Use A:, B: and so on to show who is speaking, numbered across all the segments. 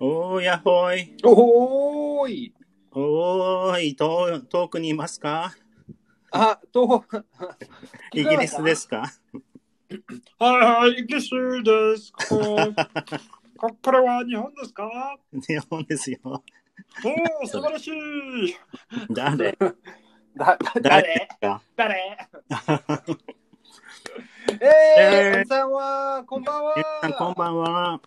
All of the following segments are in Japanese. A: うやほーい。
B: おーい
A: おーい、遠遠くにいますか
B: あ、と、
A: イギリスですか
B: はいはい、イギリスです。ここれは日本ですか
A: 日本ですよ。
B: おお、素晴らしい
A: 誰
B: だ
A: 誰
B: 誰
A: か
B: 誰
A: え
B: え
A: ー
B: ー、皆さんは、こんばんは
A: 皆さんこんばんは。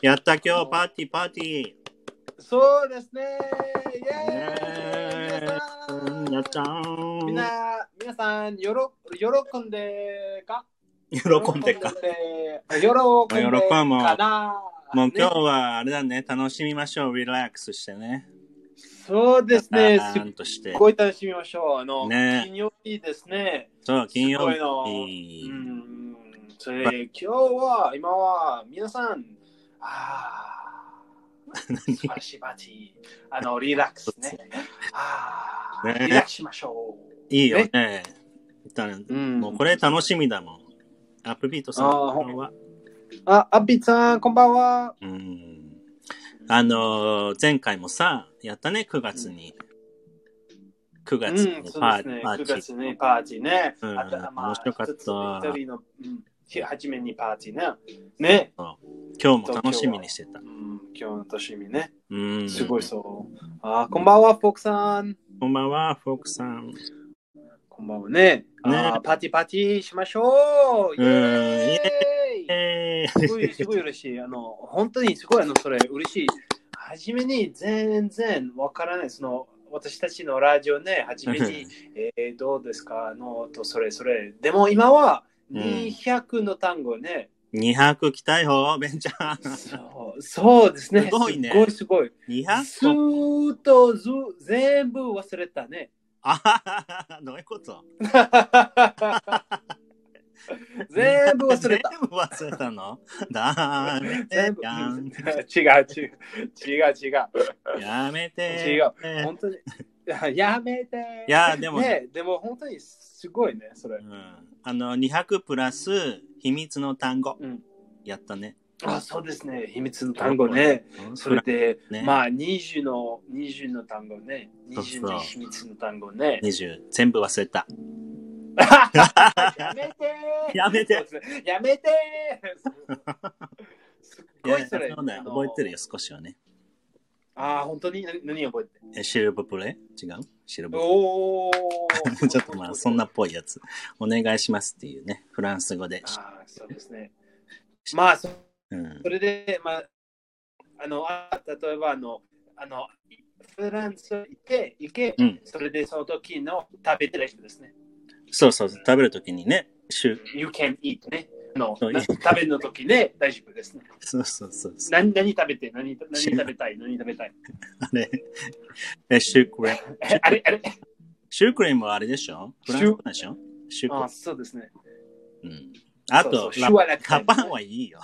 A: やった今日パーティーパーティー。
B: そうですねイ
A: イ
B: ェーイ
A: エ
B: 皆さ
A: ーイやったー。
B: んみんな、皆さん、よろ、喜んでか
A: 喜んでか。
B: 喜んで
A: 喜んも
B: かな
A: もう今
B: ね
A: 日はあれだね、楽しみましょう。リラックスしてね。
B: そうですね、す
A: ちゃんとして
B: す。ごい楽しみましょう。あの、
A: ね
B: 金曜日ですね。
A: そう、金曜
B: すごう
A: 日。
B: ん。それで、今日は、今は、皆さん、あ ー、素晴らしいパーティー。あの、リラックスね。あー、
A: ね
B: リラックスしましょう。
A: いいよね。だから
B: うん
A: もうこれ楽しみだもん。アップビートさん、
B: あー
A: こんばんは。
B: あ、アッピーさん、こんばんは。
A: うん。あのー前回もさ、やったね、9月に。9
B: う
A: 月
B: ん、
A: の
B: そう
A: パ
B: で
A: ー
B: す
A: ティ
B: ね。
A: ー。パーテ
B: 9
A: ィ
B: 月
A: ー
B: ね、パーティーね。
A: うん
B: あと、まあ、
A: 面白かった
B: 一つの一人の、うん、ひ初めにパーティーね。ね。
A: 今日も楽しみにしてた
B: う。ん、今日の楽しみね。
A: うん。
B: すごいそう。あー、こんばんは、フォークさん。
A: こんばんは、フォークさん。
B: こんばんはね。
A: ね
B: あーパーティーパーティーしましょう。イ
A: うん
B: エーイ
A: え
B: すごい、すごい嬉しい。あの、本当にすごい、あの、それ嬉しい。はじめに全然わからない。その、私たちのラジオね、はじめに、えー、どうですかあの、と、それ、それ。でも今は、
A: うん
B: 200の単語 ね。
A: ー、200来たよ、ベンちゃん。
B: そう、そうですね。
A: すごいね
B: すごい、すごい。ず
A: 200個
B: ーっとず、全部忘れたね。
A: あはははどういうこと
B: 全部忘れた。。
A: 全部忘れたのだめて
B: 全部
A: やん。
B: 違う違う違う違
A: やめて。
B: 違うう。本当に。やめて。
A: いや、でも、
B: ね、でも本当にすごいね、それ
A: う。ん、あの、200プラス秘密の単語、
B: うん
A: やったね。
B: あ、そうですね。秘密の単語ね。それで、
A: ね
B: まあ20の20の単語ね。
A: そうそう
B: 20の秘密の単語ね。
A: 20、全部忘れた。
B: やめて
A: やめて
B: そうですねやめて すっ
A: い
B: ご
A: や
B: いそれ。
A: そうだよ
B: あの
A: 覚えてるよ、少しはね。
B: あー、本当に何何覚えてる
A: えシルブプレ違うシルブ
B: お
A: ちょっとまあ、そんなっぽいやつ。お願いしますっていうね、フランス語で。
B: あーそうですね。まあ、そ
A: うん
B: そ、れで、まあ、あの、あ例えばあの、あの、フランス行って、行け、
A: うん
B: それでその時の食べてる人ですね。
A: そうそう、食べるときにね、シュ
B: You can eat ね。あの
A: そう
B: な食べるの時ね、大丈夫ですね。
A: そうそうそうそう。
B: 何何食べて何何食べたい何食べたい
A: あれ、 えシュークレーム。
B: えあれ あれ
A: シュークレームはあれでしょフランス語でしょシュークレー
B: あ
A: ム
B: そうですね。
A: うん。あ
B: そうそ
A: と
B: う、シュワラ
A: ラパンはいい よ。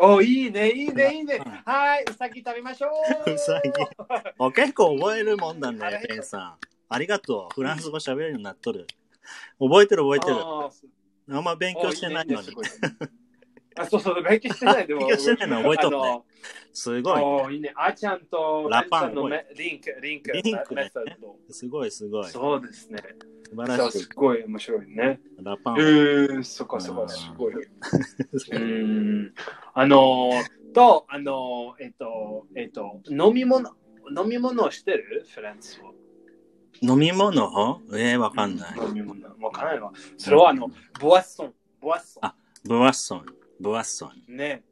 B: おいいね、いいね、いいね
A: うん。
B: はい、うさぎ食べましょ う。
A: うさぎあ結構覚えるもんだ
B: あ
A: ね、
B: れ
A: ペンさん。ありがとう。フランス語喋るようになっとる。覚えてる覚えてる。
B: あーそう
A: あんま勉強してないの
B: お
A: に
B: いい。ねすごいあ、そうそう、勉強してない。でも
A: 勉強してないの覚えとるね。すごい。
B: おーいいね。あーちゃんと
A: ラパン
B: メンさんのめリンク、リンク、
A: リンクね
B: メソッド。
A: すごいすごい。素
B: そうですね。
A: 晴
B: そ
A: ら
B: う、
A: しい
B: す。ごい面白いね。
A: ラパ
B: え
A: ン。
B: ー、そこそこ、すごい。うん。あのー、と、あのー、えっと、えっと、飲み物、飲み物をしてるフランス語。
A: 飲み物えー、わかんない。
B: 飲み物。わからないわ。それは、あの、ボアソン。ボアソン。
A: ブワッソン。ブワッソン。
B: ね。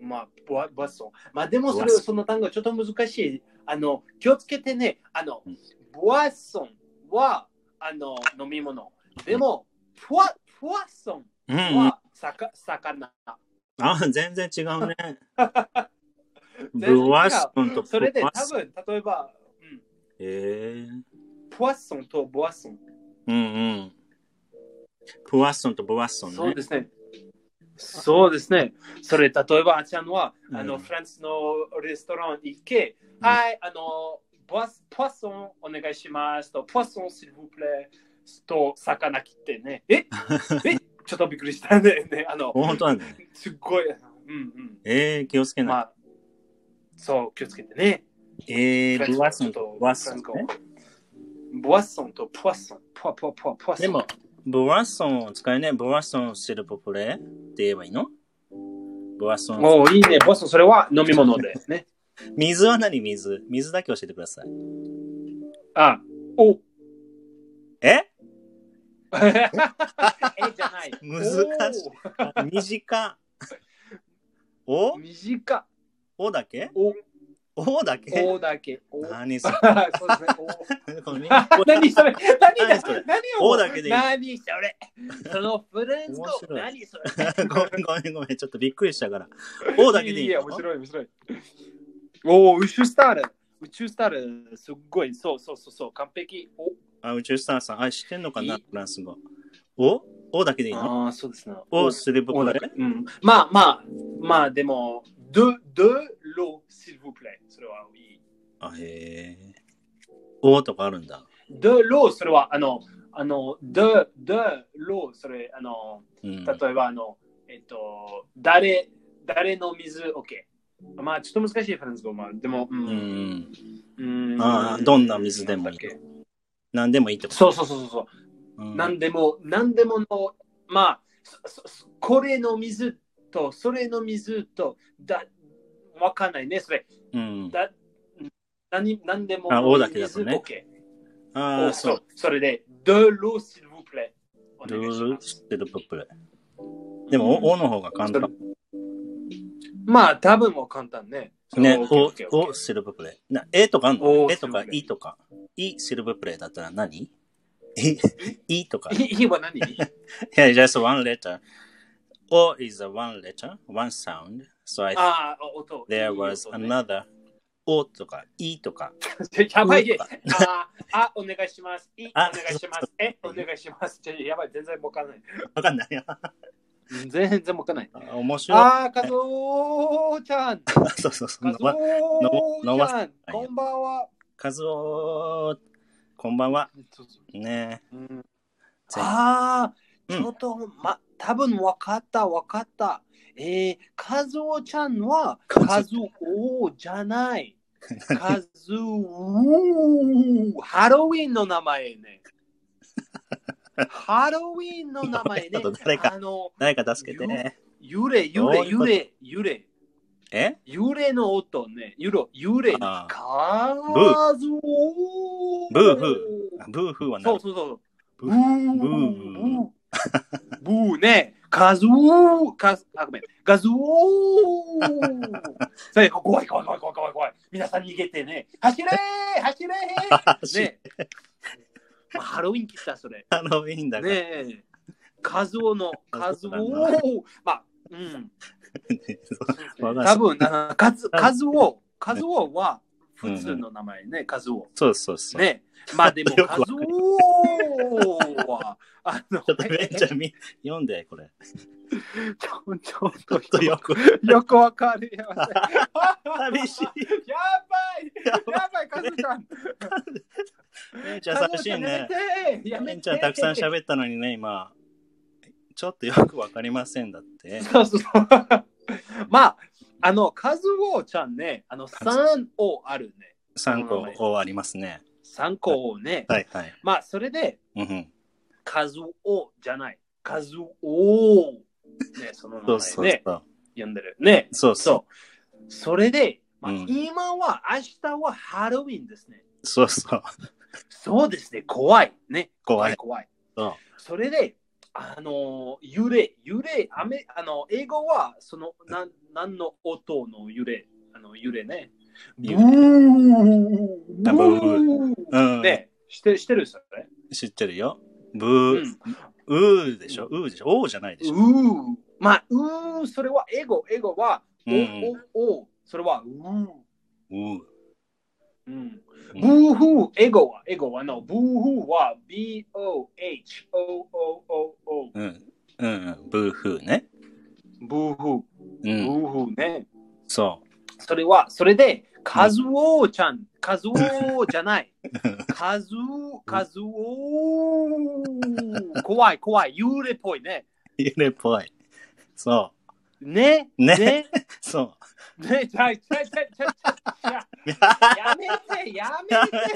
B: まあ、ボアボアソン。まあ、でもそ
A: ボ
B: れ、
A: アソン
B: その単語ちょっと難しい。あの、気をつけてね。あの
A: うん、
B: ボアソンは、あの、飲み物。でも、ポワ、ポワソ
A: うん
B: ン
A: うん。
B: は、さか、魚。
A: あ、全然違 うね。
B: 全然違う
A: ブワッソンと
B: それで、
A: ブワッ
B: 多
A: ソン。
B: 分、例えば、うん、
A: えー。
B: ポワソンとボアソン。
A: うんうん。ブワッソンとブワッソンね。
B: そうですね。そうですね。それ、例えば、あちゃんは、あ
A: う
B: の、
A: ん
B: フランスのレストラン行け、はい、あの、ボス、ポソンお願いしますと、ポソン、シルブプレイと、魚切ってね。 ええちょっとびっくりしたね。ねあの、
A: 本当なんだね。
B: すっごい。うん
A: えー、気をつけ
B: うん。ま
A: な
B: あ、そう、気をつけてね。
A: えー、ブワッソン
B: と
A: とブワッソン、ね。
B: ブワッソンとプワッソン。プワプワプワプワッソン。
A: でも、ブワッソンを使えね、ブワッソンシルポプレって言えばいいのブワッソン。
B: おーいいね。ブワッソン、それは飲み物で。ね。
A: 水は何水水だけ教えてください。
B: あ、お。
A: え
B: え じゃない。
A: 難しいあ短。
B: おー。
A: お
B: 短。
A: おだけ
B: お。
A: おだけ
B: おだけ。お。
A: 何そ
B: そう
A: れ
B: ですね。お。
A: このね
B: 何それ何
A: 何
B: だ
A: それ
B: 何を
A: 王だけでいい
B: 何それそのフレンズ
A: 面
B: 語
A: 白い
B: 何そ
A: ごめんごめんごめん、ちょっとびっくりしたから。
B: れ
A: 王だけでいいの
B: や、面白い面白い。おお、宇宙スタール宇宙スタールすっごい、そうそうそう、そう完璧。お
A: あ、宇宙スターさん、あ、知ってんのかないフランス語。おおだけでいいの
B: ああ、そうですね。
A: おシルポ
B: 王
A: プ
B: だ
A: レ
B: け。うん。まあまあ、まあでも、で、で、ロ、s'il vous plaît。それはいい。
A: あ、へえ。おとかあるんだ。
B: で、ロ、それは、あの、あの、で、で、ロ、それ、あの、
A: うん。
B: 例えば、あの、えっと、誰、誰の水、OK。まあ、ちょっと難しいフランス語、まあ、でも、う。
A: うんん。
B: うん
A: ああどんな水でもいい
B: なんだっけ
A: 何でもいいってこと。
B: そうそうそうそう。
A: うん
B: なんでも、なんでもの、まあ、そそこれの水と、それの水と、だ、わかんないね、それ。
A: うん。
B: だ、何、何でも
A: あ
B: の
A: お
B: 水、
A: だけだとね
B: OK。
A: あ
B: お
A: あ、
B: そ
A: そう
B: う。それで、de l'eau, s'il vous plaît。お
A: ル
B: 願いし
A: ー
B: ま
A: ル
B: す
A: シルポプレ。でも、おおの方が簡単。
B: まあ、多分も簡単ね。
A: ね、
B: その
A: お
B: OK OK、OK
A: おシルポプレ。な、えとかあんの
B: お
A: えとか
B: シルポプレ
A: いとか。いシルポプレだったら何い、 いとか。
B: いい は何
A: Yeah, just one letter. O is a one letter, one sound. So I think
B: ああ、お音。
A: there was
B: いい音 ね
A: another O とか E とか。
B: やばい
A: うん
B: ね。あー、あお願いします。い、お
A: あ
B: 願いします。え、お願いします。ちょやばい、全然わかんない。
A: わかんない。
B: 全然わかんない。
A: あ面白
B: あー、かぞーち ゃん。か
A: い。そうそうそう。
B: ぞー
A: 飲ま
B: ちゃん。こんばんは。
A: カズオこんばんは。ね
B: うん
A: ぜひ
B: あー、
A: うん
B: ちょっと、ま、多分わかった、わかった。えー、かぞーちゃんは、
A: かぞ
B: かずおじゃ ない。かずおハロウィンの名前ね。ハロウィンの名 前
A: ど
B: ね
A: ういうこと。誰か
B: あの、
A: 誰か助けてね。
B: 揺れ、
A: ど
B: 揺
A: う
B: れ、
A: いうこ
B: 揺
A: と
B: れ、揺れ。
A: え
B: 揺れの音ね。揺れ、揺れ。
A: あー
B: かずお
A: ブーフー。ブーフーはな
B: そう
A: る。
B: そうそう。
A: ブ
B: ブ
A: ー
B: ー
A: ブ
B: ブ
A: ー
B: ーブーね。カズオーカズ、あ、ごめん。カズオーそれ、怖い怖い怖い怖い怖い怖い。皆さん逃げてね。走れー走れーね。まあハロウィン来た、それ。
A: ハロウィンだから。
B: ねえ。カズオの、カズオ
A: カ
B: ーまあ、うん。
A: わかんない
B: 多分、あのカズ、カズオ、カズオは普通の名前ね、カズオ。
A: そうそうそう。
B: ね。まあでも、
A: よ
B: カ
A: くわ
B: ズオは、あの、
A: ちょっとベンチャミン読んで、 これ。
B: ちょちょっ
A: ちょっとよく。
B: とよくわかりません。
A: 寂しい。
B: やばいやばい、カズちゃん
A: ベンチャー寂しいね。。
B: や
A: ベ
B: め
A: ン
B: て
A: チャーたくさん喋ったのにね、今。ちょっとよくわかりませんだって。
B: そうそうそう。まあ、あの、カズオちゃんね、あの、3をあるね。
A: 3個おありますね。
B: 3個をね。
A: はいはい。
B: まあ、それで、
A: うんうん、
B: カズオじゃない。カズオ。ね、その名
A: そうそう
B: 前ね、
A: そう。
B: 呼んでる。ね。
A: そうそ
B: そう。それで、まあ
A: うん
B: 今は、明日はハロウィンですね。
A: う。そうそう。
B: そうですね、怖い。ね、
A: 怖い。
B: 怖い。
A: そう
B: それで、あのー、揺れ、揺れ、アメあの英語は、その、なん、なんの音の揺れ、あの、揺れね。ブ
A: 揺れ
B: ーブ
A: あブー
B: ー
A: うん、
B: ね、してしてるそれ。
A: 知ってるよ。ブー、
B: うん
A: うーでしょ、うーでしょ、おーじゃないでしょ。
B: うー。まあ、うー、それは英語、英語は、お、
A: うん
B: お、お、それは、うー。
A: うー。
B: うんブーフー、エゴは、エゴは、の、ブーフーは、B-O-H-O-O-O-O。
A: うん。うんうん、ブーフーね。
B: ブーフー、
A: う
B: ブ
A: ん、
B: ーフーね。
A: そ
B: それは、それで、カズオーちゃん、カズオーじゃ ない。カズー、カズオー。怖い、怖い、幽霊っぽいね。
A: う。幽霊っぽい。そ
B: ね、
A: ね
B: ね、
A: う、そ
B: ね、ちょいちょいちょいちょいちょいややめて、や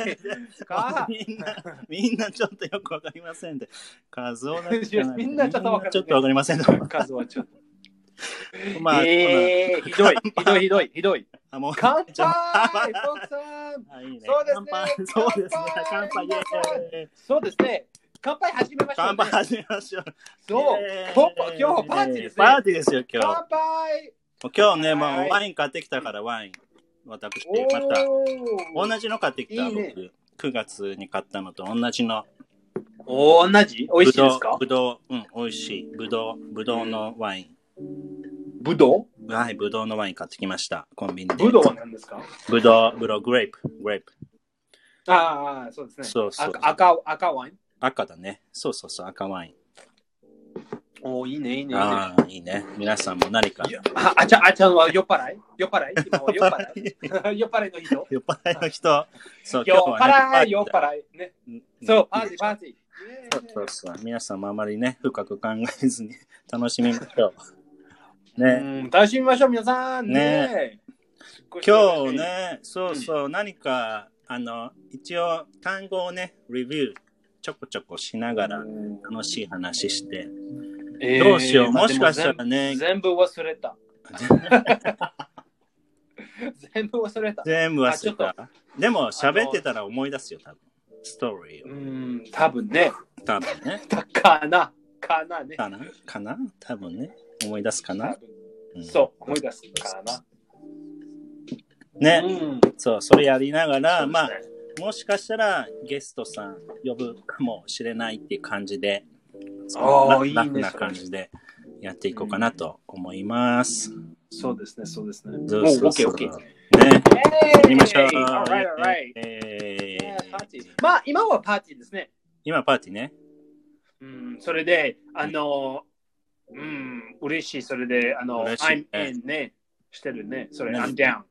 B: めて。 か
A: みんな、みんなちょっとよくわかりませんで。数を
B: みんなちょっとわかんない
A: ちょっとわかりませんで。
B: 数はちょっと。
A: まあ、
B: えー、ひどい、ひどい、ひどい、ひどい。
A: あ、もう、
B: 乾杯、
A: ちょ
B: 徳さん。
A: あいいね
B: そうですね
A: 乾杯そうですね。乾
B: 乾
A: 杯
B: 杯
A: イェーイ
B: そうですね。乾杯始めましょう、
A: 乾
B: ね。
A: 杯始めましょう。
B: そう
A: イエーイ。
B: 今日今日パーティーですね
A: パーティーですよ、今日。
B: 乾杯。
A: もう今日ね、まあ、
B: はい
A: ワイン買ってきたから、ワイン。私、
B: お
A: また、
B: お
A: 同じの買ってきた、
B: いいね
A: 僕。9月に買ったのと同じの。
B: お同じ美味しいですか
A: ぶどう、ぶどううん、美味しい。ぶどう、ぶどうのワイン。
B: ぶど
A: はい、ぶどうのワイン買ってきました、コンビニ
B: う
A: で。
B: ぶどうは何ですか
A: ぶどう、ぶどう、グレープ、グレープ。
B: ああ、そうですね。
A: そうそう
B: 赤赤赤ワイン
A: 赤だね。そうそうそう、赤ワイン。
B: おおいいね、いいね。いいね
A: ああ、いいね。皆さんも何か
B: い。やああちゃあちゃんは酔っ払い酔っ払い今は酔っ 払い酔っ払いの人
A: 酔っ払いの人。そう、
B: 酔っ払い、酔っ
A: パー
B: 払い。ね。
A: ティーだ
B: そう、パーティー、パーティー。
A: そうそう。皆さんもあまりね、深く考えずに楽しみましょう。ね。
B: うん、楽しみましょう、皆さん。ね
A: 今日。ね、そうそう、何か、あの、一応、単語をね、レビュー、ちょこちょこしながら、楽しい話して。
B: えー
A: どうしよう、
B: まあ
A: もしかしたら
B: でも
A: ね、
B: 全部忘 れた。全部忘れた。
A: 全部忘れ
B: あ
A: た。でも、喋ってたら思い出すよ、多分。ストーリー
B: う
A: を。
B: ん、多分ね。
A: 多分 ね。
B: たかな、かなね。
A: かなかな多分ね。思い出すかな
B: 多、分そう、思い
A: 出
B: 出すかな。
A: す。ね。
B: うん
A: そう、それやりながら、ま
B: そう
A: あ、
B: ですね
A: もしかしたらゲストさん呼ぶかもしれないっていう感じで、
B: あー
A: ラ
B: いいね
A: ラフな感じでやっていこうかなと思います。
B: そうですね、そうですね。もう、
A: そうそうそう
B: OK、OK。
A: ね、やりましょう。
B: イェーイ Alright, alright.
A: えー
B: ねパーティーまあ、今はパーティーですね。
A: 今パーティーね。
B: うん、それで、あの、うん、嬉しい。それで、あの、
A: 嬉しい
B: I'm in ね、してるね。それ、
A: ね
B: I'm down。
A: ん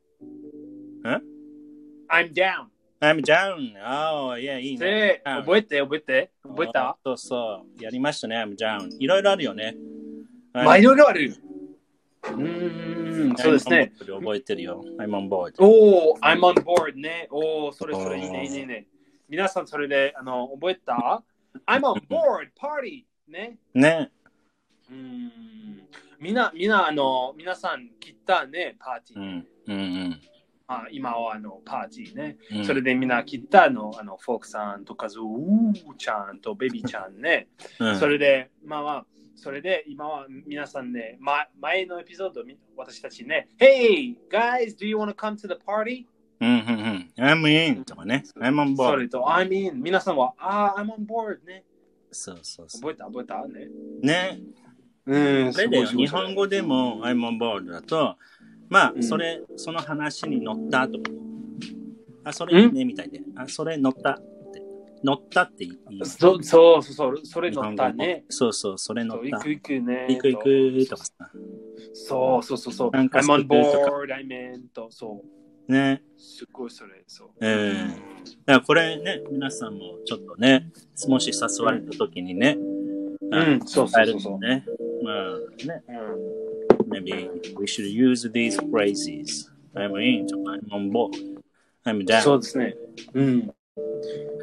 B: ?I'm down。
A: I'm down. ああ、いや、いいね。
B: で、
A: down
B: 覚えて、覚えて、覚えた
A: そうそう。やりましたね、I'm down. いろいろあるよね。
B: まあ、いろいろある。うん、そうですね。。
A: 覚えてるよ。I'm on board.
B: おお、I'm on board ね。おお、それそ
A: お
B: れ
A: ー
B: いいね、いいねいいね。皆さん、それで、あの、覚えた ?I'm on board party ね。
A: ね。
B: うん。みんな、みんな、あの、皆さん、来たね、パーティ
A: う
B: ー。
A: ん。うん
B: あ今は、あの、パーティーね。
A: うん。
B: それでみんな来たの、あの、フォークさんとか、ズーちゃんとベビーちゃんね。
A: うん、
B: それで、まあまあ、それで今は皆さんね、ま、前のエピソード、み私たちね、Hey guys, do you want to come to the party?
A: うんうんうん。I'm in とかね。I'm on
B: そ
A: board.
B: れと、I'm in. 皆さんは、あ、ah, I'm on board ね。
A: そうそうそう。
B: 覚えた覚えたね。
A: ね。
B: うん
A: それで日本語でも I'm on board だと、ま
B: う
A: あ、
B: ん
A: それ、その話に乗ったとか。あ、それいいねみたいで。あ、それ乗ったって。乗ったって言います。
B: そうそうそうそう、それ
A: 日
B: 乗
A: 本
B: っ
A: 語
B: た
A: も
B: ね。。
A: そうそう、それ乗っ
B: そう行
A: た
B: く。行くね。
A: 行く行くとかさ。
B: そうそうそうそう。
A: なんか
B: I'm on
A: するとか
B: board, I'm in と。そう。
A: ね。
B: すごいそれ。そう。
A: うん。だからこれね、皆さんもちょっとね、もし誘われた時にね、
B: うん、そうそうそうそう
A: う。ね。まあね。
B: うん
A: Maybe we should use these phrases. I'm in, I'm on board, I'm
B: そ
A: down.
B: うですね。うん。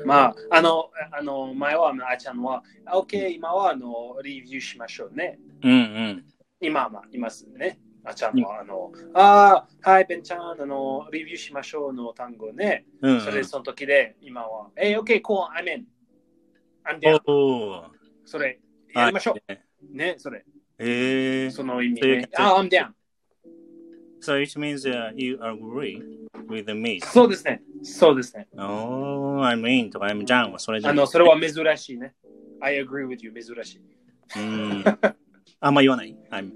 B: まあ、あの、あの前はあのあちゃんは、あ OK、今はあのリビューしましょうね。
A: うんうん。
B: 今は、まあ、いますね。あちゃんは、あの、ああ、はい、ベンちゃん、あの、リビューしましょうの単語ね。
A: うんうん、
B: それでその時で、今は、えー、OK、cool, I'm in. I'm down.
A: おー
B: それ、やりましょ
A: はい、
B: う。ね、それ、
A: えー、
B: その意味
A: そういう
B: ね
A: こ。と
B: あ、I'm down.
A: so it means、uh, you agree with me.
B: そうですね。そうですね。
A: Oh, I'm in とか I'm down はそれで。
B: あの、それは珍しいね。I agree with you, 珍しい。
A: うん。あんま言わない。I'm,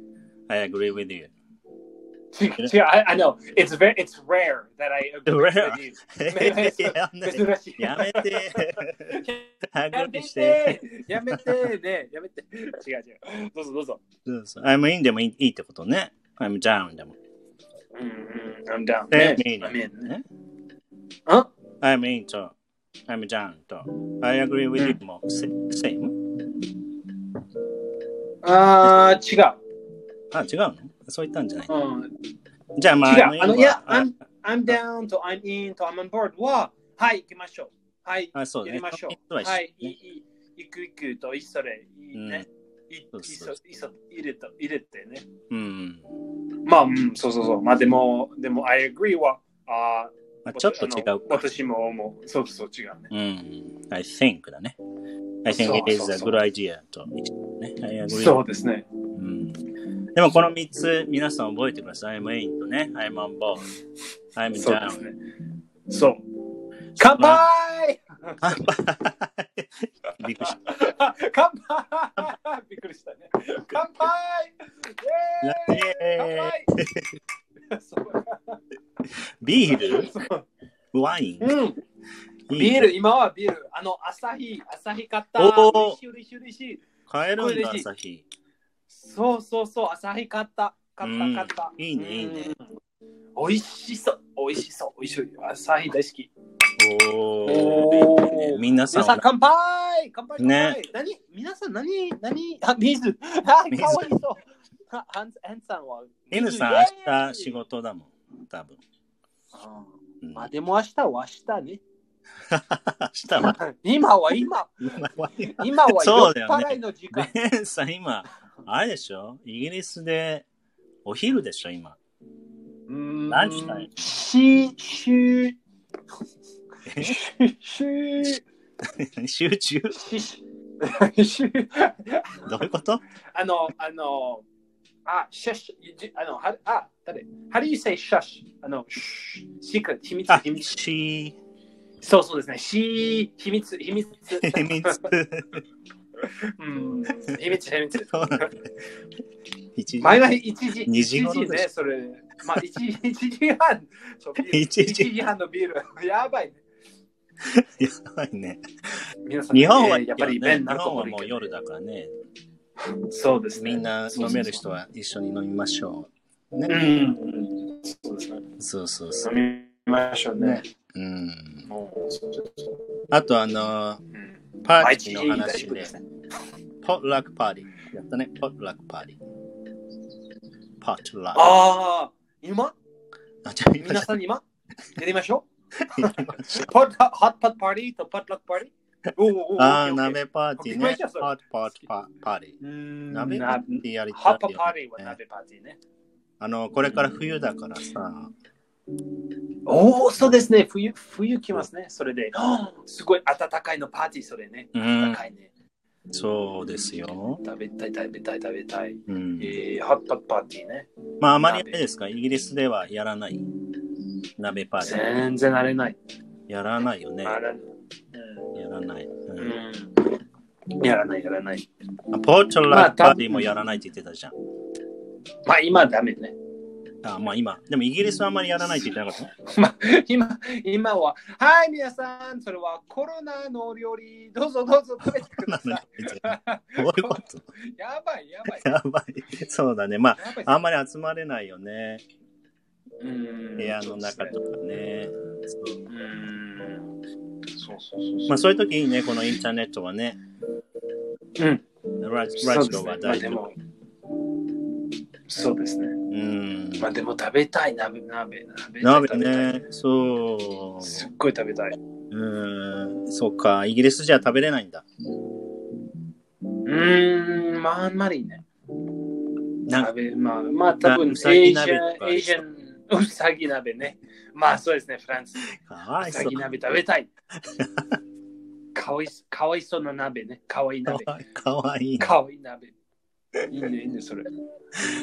A: I agree with you.
B: 違う違う、I, I know. It's, very, it's rare that I agree
A: Rare.
B: with you.
A: やんない
B: 珍し い。
A: やめて。
B: やめ
A: agree して
B: て。やめてね。 やめて。違う違う。どうぞどうぞ。
A: そうそう I'm in でもいいいいってことね。I'm down でも。
B: うんうん。I'm down. ね
A: I'm in.
B: ね
A: ね
B: あ
A: I'm in と I'm down と I agree with you も sa- same?
B: あー、違う。
A: あ、違うのそう言ったんじゃない
B: うん
A: じゃあまあ、
B: 違う。あの、いや、
A: あ
B: I'm, I'm down と I'm in と I'm on board は、はい、行きましょう。はい、
A: あそう
B: や
A: ね。
B: りましょう。
A: その三つは
B: は
A: 一
B: い、
A: 緒ね
B: いいいい、行く行くと、いっそれ、いいね。いい
A: そう
B: そ
A: そう
B: いそ入れた入れてね。
A: うん。
B: まあ、うん、そうそうそう。まあ、でも、でも、I agree は、あー
A: まあ、ちょっと違
B: あの
A: うか。
B: 私も思う。そうそう、違うね。
A: うん。I think だね。I think
B: そう
A: it is
B: そう
A: a
B: そう
A: good idea と一緒ね。I agree.
B: そうですね。
A: うんでもこの3つ皆さん覚えてください。I'm in とね。I'm on board。I'm
B: そうです
A: down。
B: ね。そう。乾杯
A: 乾杯 びっくりした。
B: 乾杯びっくりしたね。乾杯イェーイ乾
A: イエーイ
B: 杯そう
A: ビールワイン
B: うん、ビー
A: ル
B: ル、今はビール。あの、朝日、朝日買った。
A: おー
B: 嬉しい、嬉しい、嬉しい。
A: 買えるんだ、
B: 嬉しい
A: 朝日。
B: そうそうそう、朝日買った。買った、
A: うん
B: 買った。
A: いいねいいね
B: うん。美味しそう、美味しそう、美味しい。朝日大好き。
A: お
B: おー
A: ー。いいね皆さ
B: 皆さん、
A: ん、
B: 乾杯乾杯乾杯
A: ね
B: 何皆さん、何何あ、水あ、
A: 水
B: かわいそう。あハンハンさんは。
A: N さん
B: イエーイ
A: 明日仕事だもん。多分。う
B: うん
A: ん
B: まあ、でも明日は明日ね。
A: 明日は。
B: 今は今、今は
A: そ
B: 酔
A: うだよ
B: っ
A: ね
B: 払いの時間。
A: ベンさん、今、あれでしょイギリスでお昼でしょ今。
B: 何
A: 何したい
B: し、し、
A: え
B: し、し、
A: 集中
B: し、し、し、
A: どういうこと
B: あの、あの、あ、シャッシュ、あの、はあ、誰 ?How do you say シャッシュあの、シュシークレット、秘密、
A: あ
B: 秘、密。
A: し、
B: そうそうですね。し、秘密、秘密。
A: 秘密。
B: うん、秘密、秘密。
A: そうなんだね。一時
B: 前は一時、
A: 二時
B: 一
A: 頃
B: 時
A: で
B: ね、それ。まあ、一時一時半。そうビール
A: 一時
B: 一時半のビール。やばいね。
A: やばいね。
B: 皆さん、
A: 日本は、
B: えーやっぱりイベント
A: 日本はもう夜だからね。
B: そうですね。
A: みんな飲める人は一緒に飲みましょう。
B: うん。
A: ね。
B: うんそうですね。
A: そうそうそ
B: 飲
A: う。
B: みましょうね。
A: うん。
B: もうそうそうそう
A: あとあの、
B: うん
A: パ
B: まあ
A: ー
B: 一
A: テ
B: 時
A: ィ
B: 半
A: ーの
B: 大
A: 話
B: 丈夫
A: で
B: です、ね。
A: ポットラックパーティー。やったね、ポットラックパーティー。ポットラック。
B: ああ、今
A: あ、じゃあ今
B: 皆さ ん今やりましょ
A: やりま
B: う。ポッドホットパッパーティーとポッドラックパーティー。おーおーおー
A: あ
B: オッケーオッケ
A: ー、
B: ー
A: 鍋パーティー
B: びっくり
A: ね
B: し。たそれ
A: パーティー、パーティーパー、パーティー。
B: うーん
A: 鍋パー
B: な
A: ティーやり
B: ハ
A: た
B: ッパ
A: い
B: パーティー
A: よ
B: は
A: ね。
B: 鍋パーティーね。
A: あの、これから冬だからさ。
B: おお、そうですね。冬、冬来ますね。それで。あーすごい暖かいのパーティー、それね。
A: う
B: 暖
A: ん、
B: かいね。
A: そうですよ。
B: 食べたい、食べたい、食べたい。
A: うん。
B: えー、ハッパパーティーね。
A: まあ、あまりあれですか、イギリスではやらない。鍋パーティー。
B: 全然慣れない。
A: やらないよね。
B: あ
A: や
B: ら
A: らない。うん
B: うん。やらない、やらない。
A: ポーチョラーパーティーもやらないって言ってたじゃん。
B: まあ、今はダメね。
A: あまあ今。でもイギリスはあんまりやらないって言ってなかったね。
B: まあ、今、今は、はい、皆さん、それはコロナの料理、どうぞどうぞ食べて く ださい。
A: どういうこと
B: やばい、やばい。
A: やばい。そうだね。ま
B: やばい
A: あ、あんまり集まれないよね。
B: うん
A: 部屋の中とかね。そう
B: うん。そうそうそうそう。
A: まあそういう時にね、このインターネットはね、
B: うん。
A: ラジ
B: そ
A: ラ
B: う
A: ジ
B: です
A: オは。
B: ねまあ
A: 大
B: で
A: 丈夫。
B: も、そうですね。
A: うん。
B: まあでも食べたい鍋、鍋、鍋。
A: 鍋
B: 食べたい。
A: ね。そ
B: すっごい食べたい。
A: う。うん。そうか。イギリスじゃ食べれないんだ。
B: うーん、まああんまりね。
A: なんか、
B: 鍋、まあ、まあ多分、
A: な
B: エ
A: うさぎ
B: ージャ
A: 鍋と
B: ン、
A: か
B: エージャン、うさぎ鍋ね。まあそうですね、フランス。
A: かわ
B: う
A: いそ
B: さ
A: う
B: ぎ。鍋食べたい。かわいそ、かわいそうな鍋ね。かわいい
A: か
B: 鍋。
A: わいかわいいね。
B: かわいい鍋。いいね、いいね、それ。ね。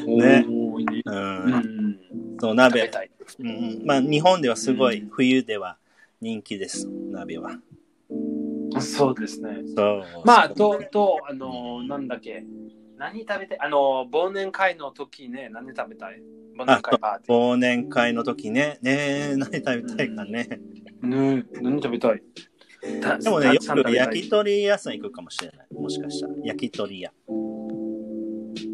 B: いいね。
A: う。
B: うんん。
A: そう、
B: 食べ
A: 鍋。
B: たい。
A: うん、まあ日本ではすごい冬では人気です、鍋は。
B: そうですね。
A: そう。
B: まあ、と、と、あの、なんだっけ。何食べて、あの、忘年会の時ね、何食べたい忘年会パーティー。
A: 忘年会の時ね、ねえ、何食べたいかね。
B: ね、何食べたい
A: でもね、よく焼き鳥屋さん行くかもしれない。もしかしたら。焼き鳥屋。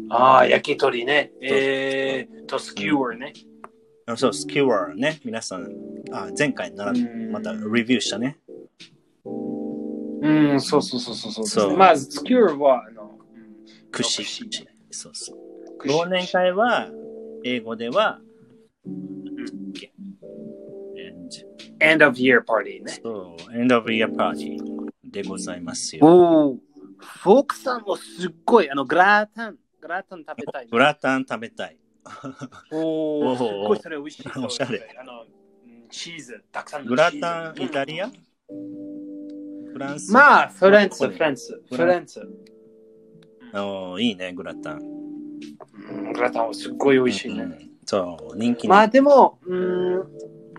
B: ああ、焼き鳥ね。えー、と、スキューね。
A: あそう、スキュワーね。皆さん、あ前回なら
B: うん
A: またレビューしたね。
B: うん、そうそうそうそうそう
A: そう
B: まあ、スキューは、あの、
A: 串。
B: 串
A: そうそう。
B: うん
A: 忘年会は、英語では、
B: end of year party ね。
A: そう、End of Year Party でございますよ。
B: おお、フォークさんはすっごい、あの、グラタン、グラタン食べたい。
A: グラタン食べたい。
B: お
A: おー
B: お、すっごいそれ美味 しいそう。
A: おしゃれ
B: あの、うんチーズ、たくさんの
A: グラタン、イタリ
B: ア
A: アフランス、
B: まあ、フレンツ、
A: そう
B: フレンツ、フレンツ。
A: おーいいね、グラタン。
B: うんグラタンはすっごい美味しいね。
A: うんそう、人気の
B: まあでも、うん、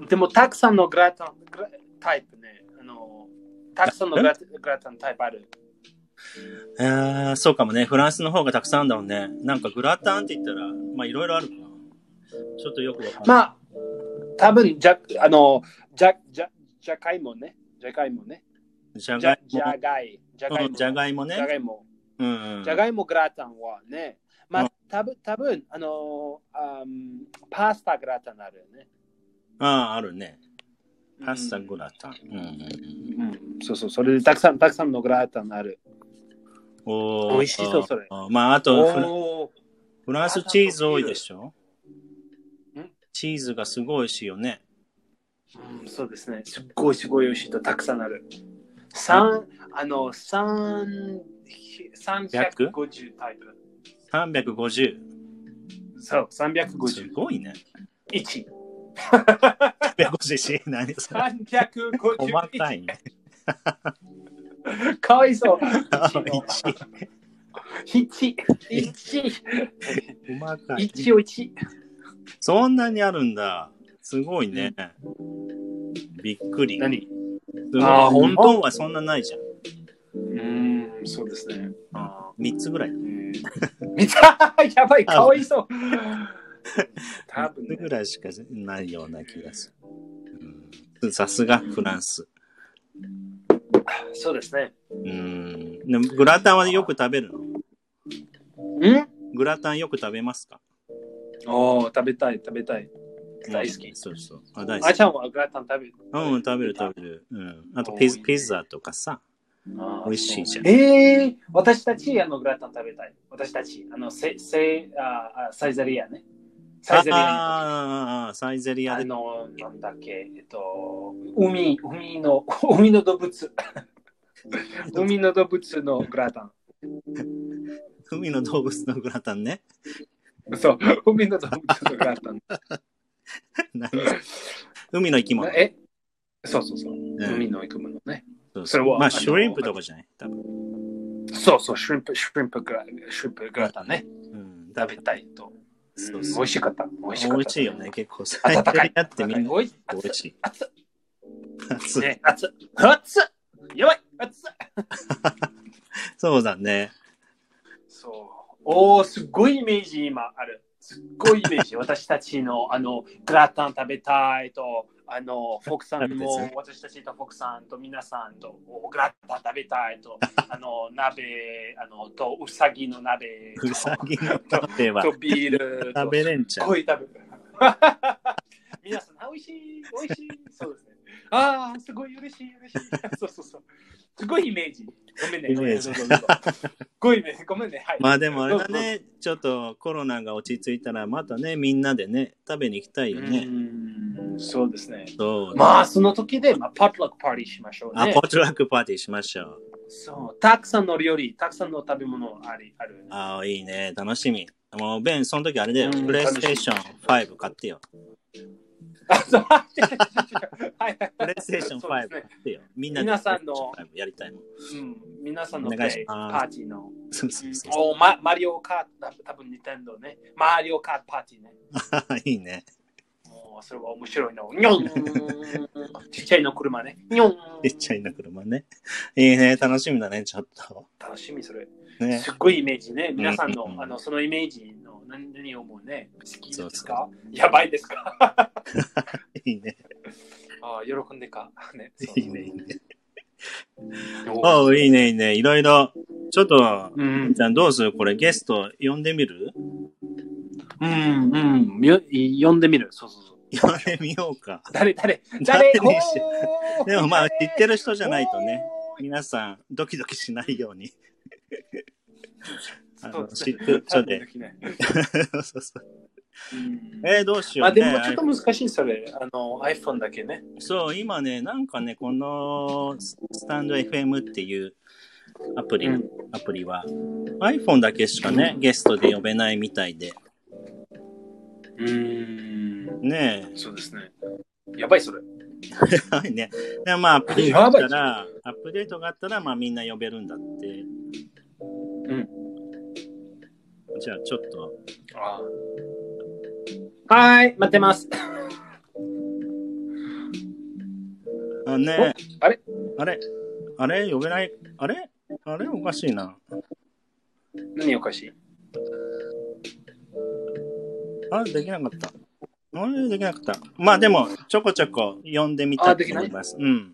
B: でもたくさんのグラタングラタイプね。あの、たくさんのグラグラタンタイプある。
A: えーそうかもね。フランスの方がたくさんあるんだもんね。なんかグラタンって言ったら、まあいろいろあるかな。ちょっとよくわかんない。
B: まあ、多分ジャあの、ジャジャジャガイモね。ジャガイモね。
A: じゃ
B: ジャ
A: がい
B: ジャガイ。ジャガイ
A: も。うんじゃがいもね
B: モ。ジャ。ガイモ。
A: うんうん。
B: ジャガイモグラタンはね。ま
A: う
B: あ、多分多分あのあんパスタグラタンあるよね。
A: ああ、あるね。パスタ
B: うん
A: グラタン。うんうん
B: うんそうそう、それでたくさん、たくさんのグラタンある。
A: うん。おー
B: 美味しそうそれ
A: あーまああとフラ、
B: おー
A: フランスチーズ多いでしょ
B: ん
A: チーズがすごい美味しいよね。
B: うん、そうですね。すっごいすごい美味しいとたくさんある。三、あの、三、三百五十タイプ。
A: 350。
B: そう、三百五
A: す
B: 十
A: ごいね。
B: 一。
A: 350し、何それ。
B: 三百五十
A: 細かいね。
B: 一。かわいそう。
A: 1
B: 一。一。
A: 細かい。
B: 一を一。
A: そんなにあるんだ。すごいね。びっくり。
B: 何
A: すごい
B: あーほんと
A: 日本はそんなないじゃん。
B: うん、そうですね。あ
A: 3つぐらい。
B: 見た やばい、かわいそう。多分、
A: 3つぐ
B: ね、
A: らいしかないような気がする。うんさすがフランス。
B: そうですね。
A: うん。でもグラタンはよく食べるの
B: うん
A: グラタンよく食べますか
B: おー、食べたい、食べたい。大好き
A: うんそうそう。あ、大好
B: あ
A: き。
B: ちゃんはグラタン食べる。
A: うん、食べる食べる。うん。あと
B: おー
A: ピ
B: いい
A: ザ
B: ね
A: ピザとかさ。
B: あー
A: 美味しいじゃん
B: そうえー、私たち、あの、グラタン食べたい。私たち、あの、せ、せ、あー、あサイゼリアね。サイゼリア
A: ああ、サイゼリ
B: に。
A: ア
B: あ
A: で。
B: の、なんだっけ、えっと、海、海の、 海の動物。海の動物のグラタン。
A: 海の動物のグラタンね。
B: そう、海の動物のグラタン。
A: 何海の生き物。
B: えそうそうそう。
A: うん
B: 海の生き物ね。
A: そう
B: それ
A: そう
B: は
A: まあ、
B: あの
A: シュリンプとかじゃない多分。
B: そうそう、シュリンプ、シュリンプグラ、シュリンプグラタンね。
A: うん、
B: 食べたいと。
A: そううん
B: 美
A: そう。
B: 味しかった。美
A: 美
B: 味しかった。
A: 味しいよね、結構。 サイ
B: 温
A: ゼ
B: かい
A: リアってみんな
B: おい
A: 美味しい。
B: 熱っ
A: 熱い
B: ね、熱っ熱っやばい熱っ
A: そうだね。
B: そう。おー、すっごいイメージ今ある。すっごいイメージ。 私たちの、あの、グラタン食べたいと、あの、フォークさん
A: そうです
B: も、私たちとフォークさんと皆さんと、おグラタン食べたいと、あの、鍋、あの、と、うさぎの鍋と、
A: うさぎ の鍋は
B: とビールと、
A: 食べれんちゃう。
B: 声食べる。皆さん、あ美味しい、美味しい。そ うですね。ああ、すごい嬉しい、嬉しい。 そうそうそう。すごいイメージ。ごめんね。
A: イメージ
B: どうぞどうぞどうぞす ごいイメージ。ごめんね。はい。
A: まあでもあれだね、ちょっとコロナが落ち着いたら、またね、みんなでね、食べに行きたいうよ
B: ん
A: ね。
B: そうですね。
A: そう。
B: まあ、その時で、まあ、パットラックパーティーしましょう
A: あ、
B: ね
A: ポ。ートラックパーティーしましょう。
B: そう。たくさんの料理、たくさんの食べ物ありある。
A: ああ、いいね。楽しみ。もう、ベン、その時あれだよ。
B: うん
A: プレイステーション5買ってよ。
B: あそう はい
A: プレイステーション
B: そうで
A: 5
B: す
A: 買っ
B: ね
A: てよ。みんなで
B: 皆さんの
A: プレイステーション5やりたいもん。
B: うん皆さんの
A: お
B: プ
A: 願いし
B: レイパ
A: ます
B: ーティーの
A: そうそうそう。
B: おママリオカート、多分ニンテンドね。マリオカートパーティーね。
A: いいね。
B: もうそれは面白いの。にょん ちっちゃいの車ね。にょん
A: ちっちゃいな車ね。いいね。楽しみだね、ちょっと。
B: 楽しみそれ。
A: ね。
B: すっごいイメージね。皆さん
A: う
B: の
A: ん
B: あのそのイメージの何何を思うね。好き
A: そう
B: です
A: そ
B: かやばいですかあ
A: いいね。
B: あ喜んでか。ね、そう
A: い いね、いいね。おういいね、いいね。いろいろ。ちょっと、
B: うん、
A: じゃあどうするこれゲスト呼んでみる
B: うん、うん。よ呼んでみる。そうそうそう。
A: 呼んでみようか。
B: 誰、誰、
A: 誰
B: 誰
A: にし
B: おー
A: でもまあ、知ってる人じゃないとね。
B: おー
A: 皆さん、ドキドキしないように。あの
B: そう
A: 知ってる人で。そうそう。
B: うん
A: えー、どうしよ
B: ま
A: う、
B: あ
A: ね。
B: でもちょっと難しいそれ。あの iPhone だけね。
A: そう、今ね、なんかね、このススタンド FM っていうアプリ、
B: うん
A: アプリは iPhone だけしかね、ゲストで呼べないみたいで。
B: うん。
A: ねえ。
B: そうですね。やばいそれ。
A: はいね。でもまあ、アップデートがあったら、アップデートがあったら、まあみんな呼べるんだって。
B: うん。
A: じゃあちょっと、
B: ああはーい、待ってます。
A: あね
B: おあれ
A: あれあれ呼べないあれあれおかしいな。
B: 何おかしい
A: あれできなかった。あれできなかった。まあでも、ちょこちょこ呼んでみた
B: あ
A: い
B: でき
A: と
B: ない
A: 思います。うん。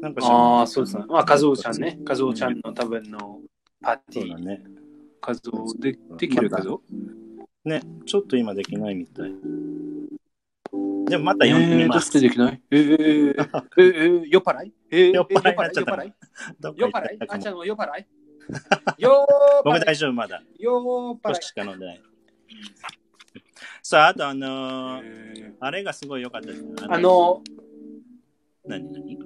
A: なんかし
B: ああ、そうですね。まあ、カズオちゃんね。カズオちゃんの多分のパー
A: そ
B: ティ
A: うだ
B: ー。
A: ね。
B: カズオでできる
A: まだ
B: カズオ
A: ね、ちょっと今できないみたい。でもまた呼んでみます。
B: えーどうしてできないえ ー、えー、えー、酔っ払いえー、
A: 酔っ払いになっちゃ
B: 酔
A: っ
B: った払
A: ないどっか行
B: 酔っ
A: った
B: 払い
A: か
B: あ
A: も
B: ちゃんの酔っ 払い酔っ
A: 僕
B: 払い
A: 大丈夫、まだ。
B: 酔っ
A: 少
B: 払い
A: ししか飲んでない。さあ、あとあのー
B: えー
A: あれがすごい良かったですね。
B: あ、の、
A: 何何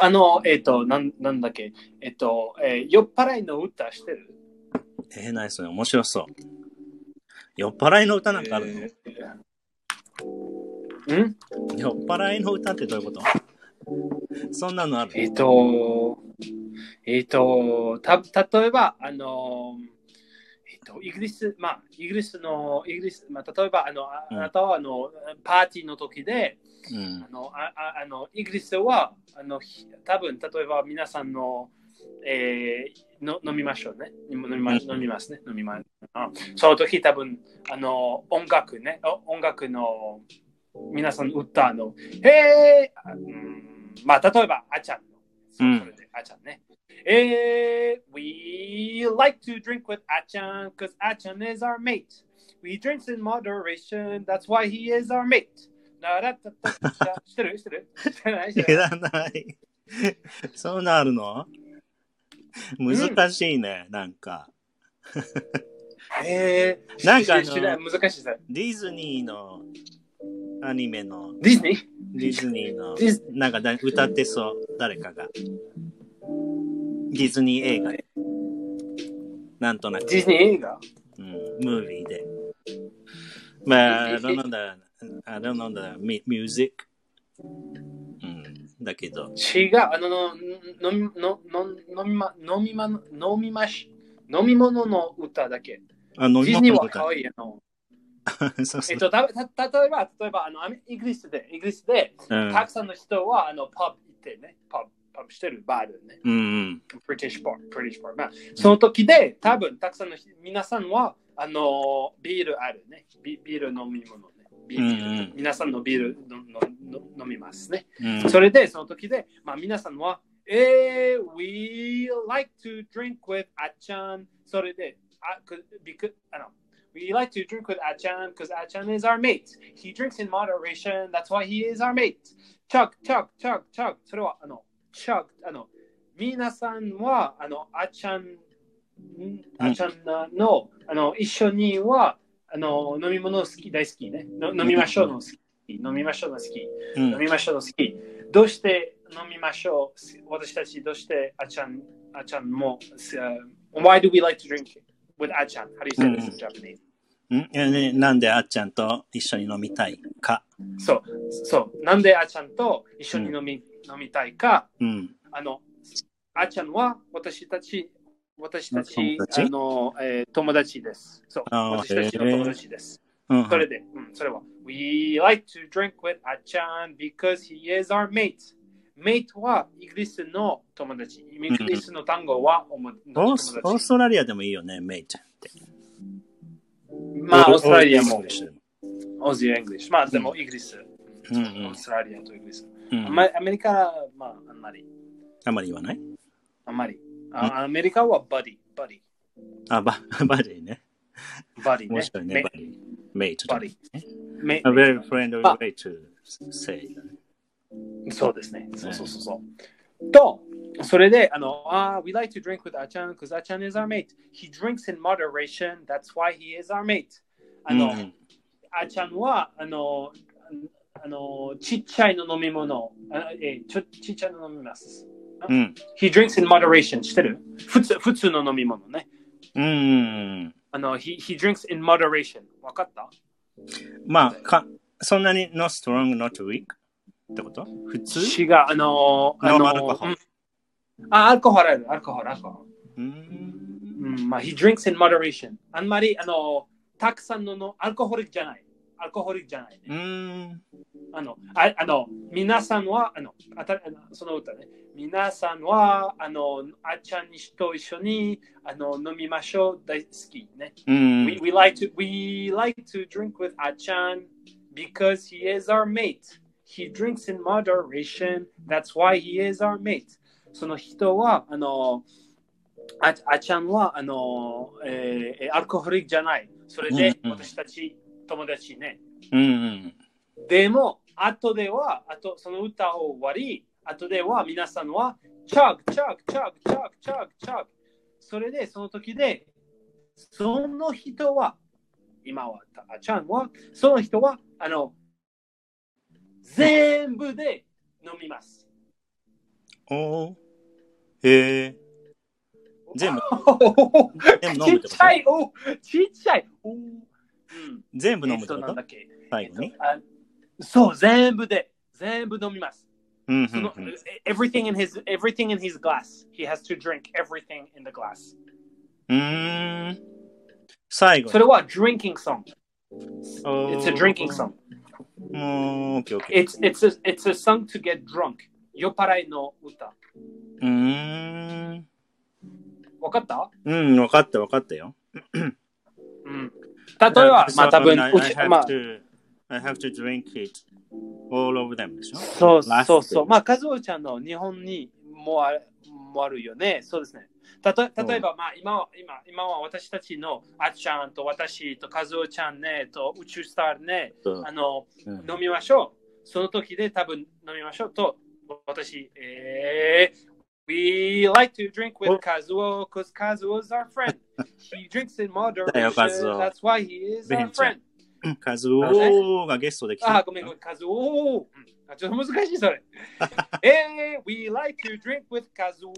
B: あの、えっ、と、なんなんだっけ、えっ、と、えー酔っ払いの歌してる
A: えー、何それ面白そう。酔っ払いの歌なんかあるの、
B: えーん
A: 酔っ払いの歌ってどういうことそんなのある
B: えっ、と、えっ、と、た例えば、あの、えっ、と、イギリス、まあ、イギリスの、イギリス、まあ、例えば、あの、あ
A: うん
B: あなたは、あの、パーティーの時で、
A: うん
B: あ。の、あああのイギリスは、あの、ひ多分例えば皆さんの、えー、の飲みましょうね。飲みま飲みますね。飲みます。あその時、多分あの、音楽ね。お音楽の皆さん歌あの、へーあうんまあ、例えば、あちゃんの。
A: うん
B: それであちゃんね。えー、we like to drink with あちゃん because あちゃん is our mate. We drink in moderation, that's why he is our mate. ならたたたたしてるしてるしてないして
A: い
B: ない
A: らない。そんなあるの難しいね、なんか。
B: えー、
A: なんかあの
B: ししない難しいさ。
A: ディズニーのアニメの、
B: ディズニー
A: ディズニーの
B: ディズ、
A: なんかだ歌ってそう、誰かが。ディズニー映画で。なんとなく、
B: ディズニー映画
A: うん、ムービーで。まあ、
B: え
A: I don't know the, I don't know the mu- music. うん、だけど、
B: 違う、あの、のの飲みのの飲みま、飲みま、飲みまし、飲み物の歌だけ。
A: あ、飲
B: デ
A: み
B: ィズニー
A: 物
B: は
A: と
B: 可
A: か。
B: 愛いあの。
A: そうそ
B: え
A: う
B: っ。と、たた例えば、例えば、あの、アメイギリスで、イギリスで、
A: うん
B: たくさんの人は、あの、パブ行ってね、パブ、パブしてるバーでね。
A: うんうん。
B: British bar, British bar. まあ、その時で、多分たくさんの人皆さんは、あの、ビールあるね。ビビール飲み物ね。ビール
A: うんうん
B: 皆さんのビールののの飲みますね。
A: うん
B: それで、その時で、まあ、皆さんは、えー、we like to drink with あちゃん。それで、あ、く、びく、あの、We like to drink with Achan because Achan is our mate. He drinks in moderation. That's why he is our mate. Chug, chug, chug, chug. それは、あの、chug、あの、皆さんは、あの、Achan、Achan の、あの、一緒には、あの、飲み物好き、大好きね。の飲みましょうの好き。飲みましょうの好き。
A: うん
B: 飲みましょうの好き。どうして飲みましょう私たちどうしてあちゃん、あちゃんも、す Why do we like to drink with あちゃん How do you say this in Japanese?
A: んえねなんであっちゃんと一緒に飲みたいか。
B: そう、そう。なんであちゃんと一緒に飲み,、飲みたいか
A: うん。
B: あの、あちゃんは私たち、私たち、
A: 友達
B: あの、えー友達です。そう、
A: あー
B: 私たちの友達です。
A: うん
B: それで、うん、それは。We like to drink with Achan because he is our mate. mate はイギリスの友達。イギリスの単語はおも
A: オ
B: 友
A: ー
B: 達
A: ス。オーストラリアでもいいよね、メイちゃんって。
B: まあ、オーストラリアも
A: オーストラリ
B: オージー・エングリッシュ。まあ、でもイギリス。
A: うんうん
B: オーストラリアとイギリス。
A: アでも
B: あ
A: うん
B: んまりアメリカは、まあ、あんまり。
A: あんまり言わない
B: あんまり。あアメリカはバディ、バディ、
A: あ、バ バディね。
B: バディ
A: 面白いね、
B: ね
A: バ。ディ。メイト。
B: バディ。メ
A: A very friendly
B: あ
A: way to say.
B: そうですね。そうそうそうそう。と、それで、あの、あー、We like to drink with Achan because Achan is our mate. He drinks in moderation. That's why he is our mate. あの、
A: うん
B: あちゃんは、あの、あの、ちっちゃいの飲み物、あえーちょちっちゃいの飲みます。
A: うん。
B: He drinks in moderation してる普通普通の飲み物ね。
A: うん。
B: あの、he, he drinks in moderation。わかった
A: まあ、かそんなに not strong, not weak ってこと普通
B: 違う、あの、あ
A: ノー
B: の、
A: アルコホール
B: うんあ、アルコホールある、アルコホール、アルコホール。
A: うん。
B: うん、まあ、he drinks in moderation。あんまり、あの、たくさんののアルコホリックじゃない。アルコホリックじゃない、
A: う
B: ね。
A: ん。
B: あの、ああの、皆さんは、あの、あたあのその歌ね。皆さんは、あの、あっちゃんにしと一緒に、あの、飲みましょう。大好きね。
A: うん
B: We, we, like to, we like to drink with Achan because he is our mate. He drinks in moderation. That's why he is our mate. その人は、あの、ああちゃんは、あの、えーえーアルコホリ eh, ックじゃない。それで、
A: うんうん
B: 私たち友達ね。
A: うん。
B: でも、後では、あとその歌を終わり、後では皆さんは、チャグ、チャグ、チャグ、チャグ、チャグ、チャグ。それで、その時で、その人は、今は、あちゃんは、その人は、あの、全部で飲みます。
A: おーへえ。全 部、全部
B: ち
A: 飲む
B: っ
A: ってこ
B: ち
A: と
B: ゃい、おちっちゃい、おうん。
A: 全部飲む
B: え
A: っ
B: って、
A: ことと
B: なんだっけ。え
A: 最
B: っ
A: 後
B: と
A: に。
B: あそう、全部で、全部飲みます。
A: うんう
B: その
A: んうん。
B: everything in his everything in his glass. He has to drink everything in the glass.
A: うーん。最後
B: それは drinking song.
A: おー
B: It's a drinking song.
A: もう、オッケーオッケー。
B: It's it's a, it's a song to get drunk. 酔っ払いの歌。
A: うーん。
B: わかった？
A: うん、分かった分かったよ。
B: うん。例えば
A: So,
B: まあ多分
A: I,
B: う
A: I
B: ち
A: have
B: まあ
A: to, I have to drink it all of them でしょ
B: そう
A: ラス
B: そ
A: ト
B: うそう。まあ和夫ちゃんの日本にもあるもあるよね。そうですね。たと例えば、まあ今は今今は私たちのあっちゃんと私と和夫ちゃんねと宇宙スターね
A: そう
B: あの
A: うん
B: 飲みましょう。その時で多分飲みましょうと、私、えー、We like to drink with
A: お
B: Kazuo because Kazuo is our friend. He drinks in
A: だ
B: moderation.
A: よ Kazuo
B: That's why he is
A: ベ
B: our
A: ンちゃ
B: friend.
A: んカズオがゲストで来た。
B: あ、ごめんごめん、カズオ。あちょっと難しいそれ。えー、We like to drink with Kazuo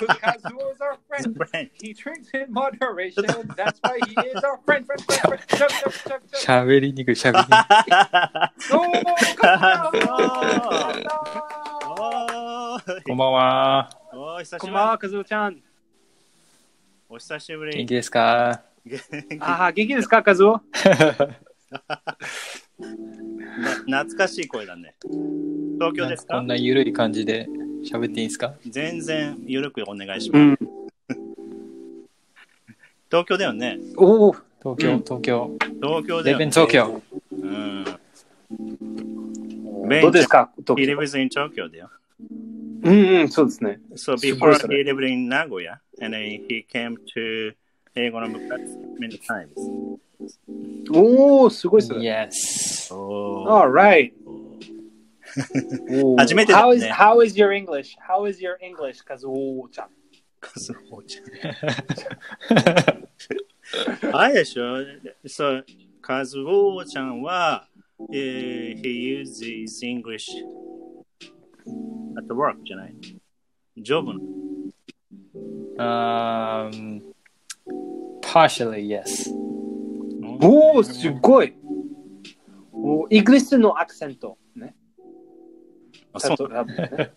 B: because Kazuo is our friend.
A: ブレン
B: He drinks in moderation. That's why he is our friend. friend, friend, friend. Chug, chug, chug, chug. Oh,
C: 喋りにくい、喋 りにくい。
B: どうもカズ
A: お
B: オ
C: こ
A: ー
C: んばんは。
A: おー久し
B: こ
A: ぶ
B: ん
A: り
B: ばん。は、カズオちゃん。
A: お久しぶ
C: 元
A: り。
C: 気ですか
B: ああ、元気ですか、カズオ
A: な懐かしい声だね。東京です
C: こ
A: か
C: んなゆるい感じで喋っていいんですか
A: 全然ゆるくお願いします。
B: ん。
A: 東京だよね。
B: おお。
C: 東
B: う
C: 京、
B: ん
C: 東京。
A: 東京だ
C: レ
A: よ
C: ベン
A: ね。
C: 東京。
A: うん。
B: どうですか、
A: He
B: 東京。
A: lives in Tokyo だよ。
B: うんうん、そうですね。
A: So
B: すご
A: before
B: いそ
A: he
B: れ
A: lived in Nagoya and then he came to 英語の部活 many times.
B: おお、すごいそれ。
C: Yes。
A: お
B: Alright.
A: 初めてだ
B: how
A: ね
B: is, how is your English? How is your English? カズオちゃん。
A: あれでしょ ?So, カズオちゃんは、えー he uses English at work じゃないジョブの。
C: um, partially, yes.
B: おお、 すごい。おーイギリスのアクセント。ね。
A: あそう、
B: 多分ね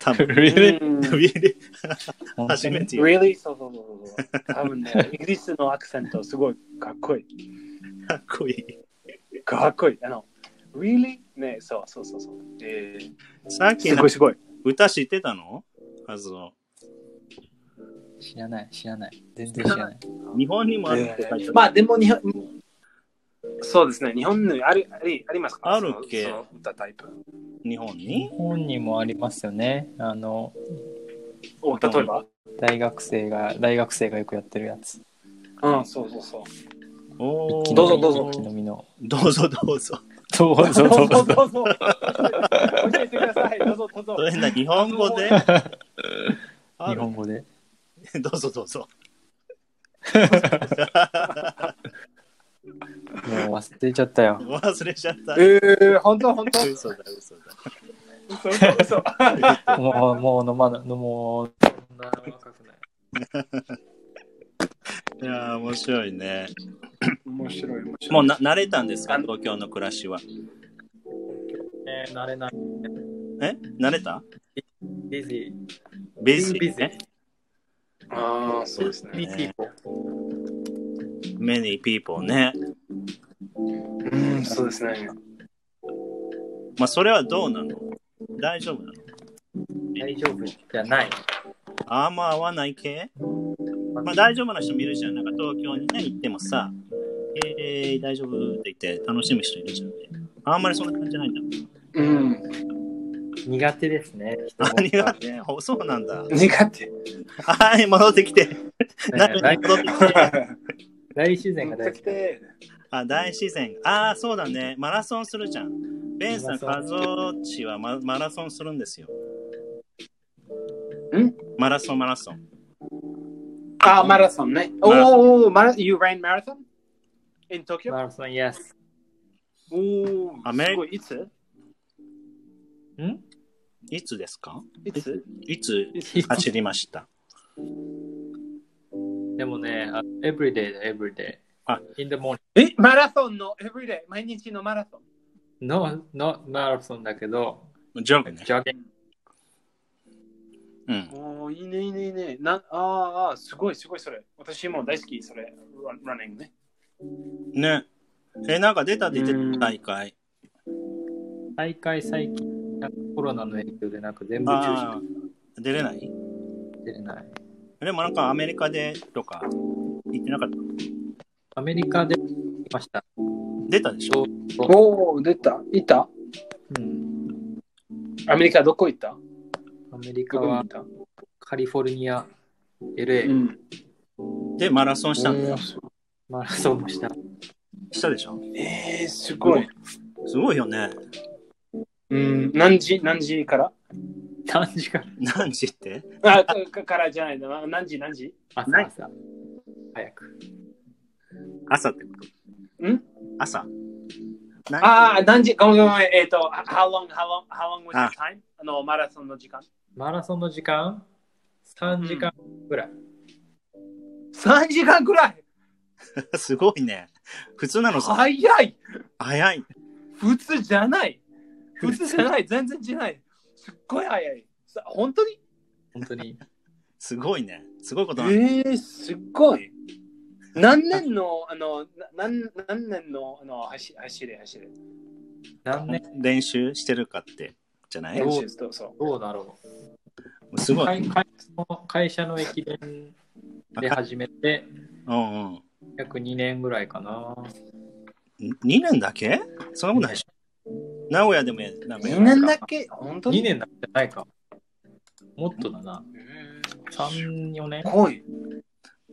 A: 多分。
C: really?
B: うん
A: Really？初めて言う。
B: Really? そうそうそうそう。多分ね、イギリスのアクセント、すごいかっこいい。
A: かっこいい。
B: かっこいい。あの、Really? ね、そうそうそうそう。えー
A: さっき
B: す
A: の
B: ごいすごい。
A: 歌知ってたのカズオ。
C: 知らない、知らない。全然知らない。
A: 日本にもあるって書いてある。
B: まあでも日本、そうですね、日本にあるありありますか
A: あるっけ
B: そのその歌タイプ。
A: 日本
C: 日
A: に
C: 本にもありますよね。あの、
B: お例えば、
C: 大学生が、大学生がよくやってるやつ。
B: うん、そうそうそう。
A: おー
B: どうぞどうぞ
C: 一気飲みの。
A: どうぞどうぞ。
C: どうぞどうぞ。
B: どうぞ。教えてください。どうぞどうぞ
A: そ。れな日本語で
C: 日本語で。
A: どうぞどう ぞ。
C: もう忘れちゃったよ。
A: 忘れちゃった。
B: えー、本当本当
A: 嘘だ、嘘だ。
B: 嘘嘘嘘。
C: もう、もう飲まない。もう、そんな若くない。
A: いやー、面白いね。
B: 面白い面白い。
A: もうな慣れたんですか、東京の暮らしは。
C: えー、慣れない。
A: え慣れた
C: ビジ
A: ビジ
C: ビジ
A: ね。
B: ああ、そうです
C: ー。ビ
B: ね。
C: ジー。
A: many people ね。
B: うん、そうですね。
A: まあ、それはどうなの大丈夫なの
C: 大丈夫じゃない。
A: あんま合わない系まあ、大丈夫な人もいるじゃん。なんか東京にね、行ってもさ、えー、大丈夫って言って楽しむ人いるじゃんね。あんまりそんな感じじゃないんだ。
B: うん。
C: 苦手ですね。人
A: 何がね、ほそうなんだ。
B: 苦手。
A: はい、戻ってきて。何
C: 大
A: 戻ってきて。
C: 大自然が大
B: 苦
C: 好き。
B: 手。
A: あ、大自然。ああ、そうだね。マラソンするじゃん。ベンさん、
C: マ
A: カ
C: ラ
A: ズオチはママラソンするんですよ。
B: ん
A: マラソン、マラソン。
B: あ、マラソンね。お
A: マラソ
B: ーおー、マラ You ran marathon? In Tokyo?
C: マラソン、イエス。
B: おお
A: アメリカ
B: すごい。いつ
C: ん
A: いつですか
B: いつ
A: いつ
B: いつ
A: 走りました
C: でもね、あ every day だ、every day。
A: あ、
C: in the morning。
B: えマラソンの everyday、毎日のマラソン。
C: no, not マラソンだけど、
A: ジョグね。
C: ジョギング。
A: うん。
B: おーいいね、いいね、いいね。なあーあー、すごい、すごい、それ。私も大好き、それ。ランニングね。
A: ね。え、なんか出た出て
B: うん
A: た大会。
C: 大会最近、なんかコロナの影響でなんか全部中
A: あ
C: 止
A: あ、出れない
C: してない。
A: でもなんかアメリカでとか行ってなかった。
C: アメリカで行きました。
A: 出たでしょ
B: おお、出た。いた
C: うん。
B: アメリカどこ行った
C: アメリカ
B: どこに行
C: は
B: った
C: カリフォルニア、
B: う
C: LA、
B: ん。
A: で、マラソンしたんだよ。
C: マラソンもした。
A: したでしょ
B: えー、すごい。
A: すごいよね。
B: うん、何時、何時から
C: 何時間
A: 何時って
B: あ、かかからじゃないな。何時、何時
C: 朝
A: ない
C: 朝。早く。
A: 朝ってこと
B: ん
A: 朝 何
B: ああ、何時、ごめんごめんごめん。えっ、ー、と、how long, how long, how long was
A: あ
B: the time? あの、マラソンの時間。
C: マラソンの時間 ?3 時間ぐらい。
B: 3時間くらい
A: すごいね。普通なのさ、
B: 早い
A: 早い。
B: 普通じゃない普通じゃない全然じゃないすっごい早いさ本当に
C: 本当に。
A: すごいね。すごいことなんだ
B: えー、すっごい何年の、あの、な何何年の、あの、走走れ、走れ。
C: 何年
A: 練習してるかって、じゃない
B: 練習そうそ
C: どうだろ
A: す
C: う
A: ごい。
C: 会会の会社の駅伝で始めて、
A: うんうん。
C: 約2年ぐらいかな。
A: 2年だけそんなことないでしょ。名古屋でもやなん
B: う。
A: かや
B: 2
A: らない
B: 年
A: か
B: だけ本当に
C: 2年なんじゃないか。もっとだな。
B: え
C: 3、4年
B: ーすごい。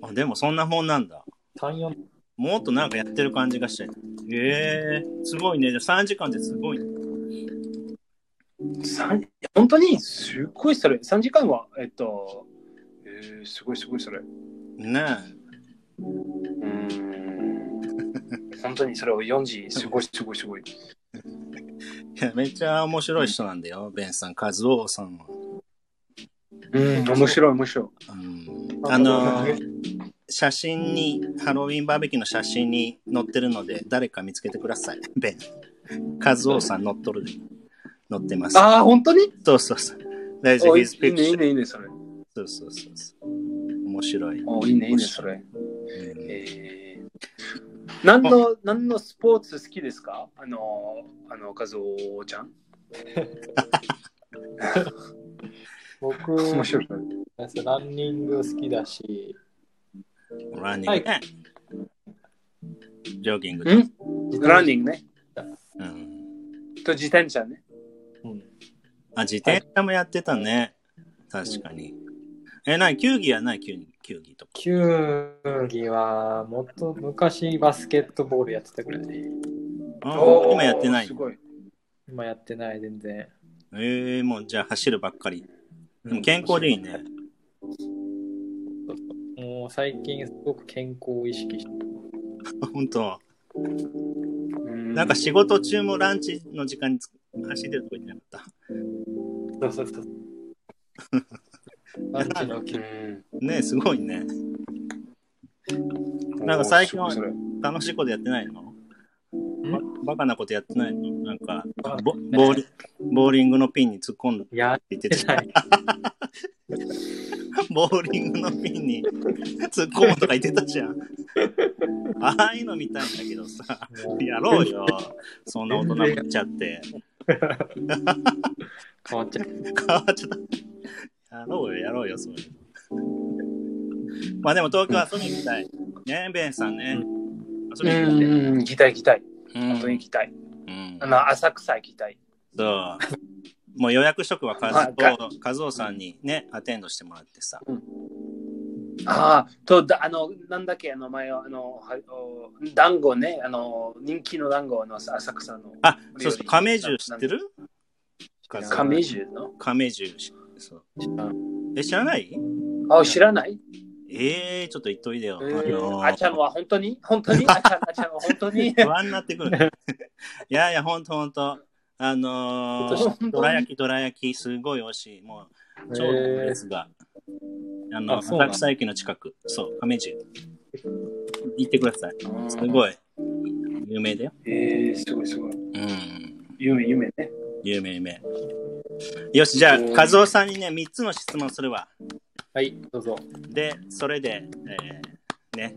A: あでもそんなもんなんだ。
C: ?3、4年。
A: もっとなんかやってる感じがして。えー、すごいね。じゃあ3時間ですごい、ね。
B: 三本当にすっごいそれ。3時間は、えっと、えー、すごいすごいそれ。
A: ね
B: うーん本当にそれを4時、すごいすごいすごい。
A: えいや。めっちゃ面白い人なんだよ。ベンさん、カズオさんは。
B: うん、面白い面白い。
A: うんあのー写真に、ハロウィンバーベキューの写真に載ってるので、誰か見つけてください。ベン。カズオさん載っとるで。載ってます。
B: ああ、本当に
A: そうそうそう。There's
B: おい
A: his
B: いね、いい
A: picture.
B: ね、いいね、それ。
A: そうそうそうそう。面白い。
B: おいいね、いいね、それ。
A: うん
B: えー何の、何のスポーツ好きですかあの、あの、和夫ちゃん。
C: 僕、
B: 面白い。
C: ランニング好きだし、
A: ランニング、
C: はい
A: ねジョギング
B: んランニ
C: ン
B: ングね。
A: うん。
B: と自転車ね。
C: グ。うん
A: あ、自転車もやってたね。確かに。え、なに、球技やない球技球技とか。
C: 球技は、もっと昔バスケットボールやってたぐらい。
A: あ
B: おー
A: 今やってない
B: す。ごい。
C: 今やってない、全然。
A: えー、もうじゃあ走るばっかり。で
C: う
A: も
C: ん
A: 健康でいいね。
C: もう最近すごく健康を意識して、
A: 本当。
B: う
A: なんか仕事中もランチの時間につ走ってるとこ行ってなかった。
B: そうそうそう。
C: ランチの気
A: ねえ、すごいね。なんか最近は
B: おーすごいそれ
A: 楽しいことやってないのばバカなことやってないのなんかボボーリ、ボーリングのピンに突っ込んだって
C: やっ
A: 言っててた。
C: ない。
A: ボーリングのピンに突っ込むとか言ってたじゃん。ああいうの見たいんだけどさ、
C: もう
A: やろ うよ。そんな大人ぶっちゃって。
C: 変わっちゃう。
A: 変わっちゃった。やろうよ、やろうよ、そういうの。まあでも東京遊びに行きたい。ね、ベンさんね。遊びに行きたい。
B: うん、行きたい行きたい。
A: うん
B: 本当に行きた
A: う
B: い。
A: ん
B: あの、浅草行きたい。
A: そう。もう予約職はカズ
B: はい
A: オ、カズオさんにね、アテンドしてもらってさ。
B: ああ、と、だあの、なんだっけ、あの、前は、あの、はお団子ね、あの、人気の団子の浅浅草の。
A: あ、そうそう、亀十知ってるカズオ
B: 亀十の
A: 亀十知そう。え、知らない
B: あ、知らない
A: ええー、ちょっと言っといでよ。
B: えー
A: のー
B: あちゃんは本当に 本当にあちゃんあちゃんは本当に
A: 不安になってくる ね。いやいや、ほんとほんと。あの
B: 本当
A: ー、
B: に
A: どら焼き、どら焼き、すごい美味しい。もう、超
C: え
A: ですが。あの、
C: あそうな
A: 浅
C: の
A: 草駅の近く。そう、亀十。行ってください。す
B: い。
A: ごい。有名だよ。
B: えー、すごいすごい。
A: うん。
B: 夢夢ね。
A: 有名有名。よし、じゃあ、
B: うん
A: 和夫さんにね、3つの質問するわ。
C: はい、どうぞ。
A: で、それで、えーね。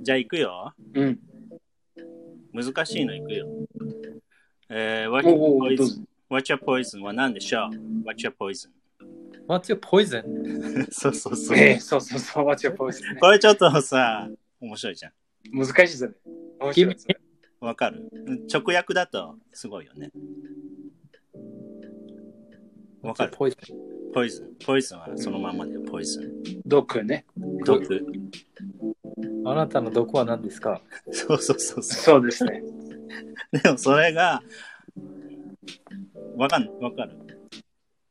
A: じゃあ、行くよ。
B: うん。
A: 難しいの行くよ。えー、What's
B: おうお
A: your
B: うどうぞ
A: poison? What's your poison? は何でしょう ?What's your poison?
C: What's your poison?
A: そうそうそう。
B: えー、そうそうそう、What's your poison? ね
A: これちょっとさ、面白いじゃん。
B: 難しいですね。面白いですね。
A: わかる直訳だとすごいよね。わかる
C: What's your poison?
A: ?poison。poison はそのままで poison。
B: 毒ね。
A: 毒。
C: あなたの毒は何ですか
A: そうそうそうそう。
B: そうですね。
A: でもそれが、わかんわかる。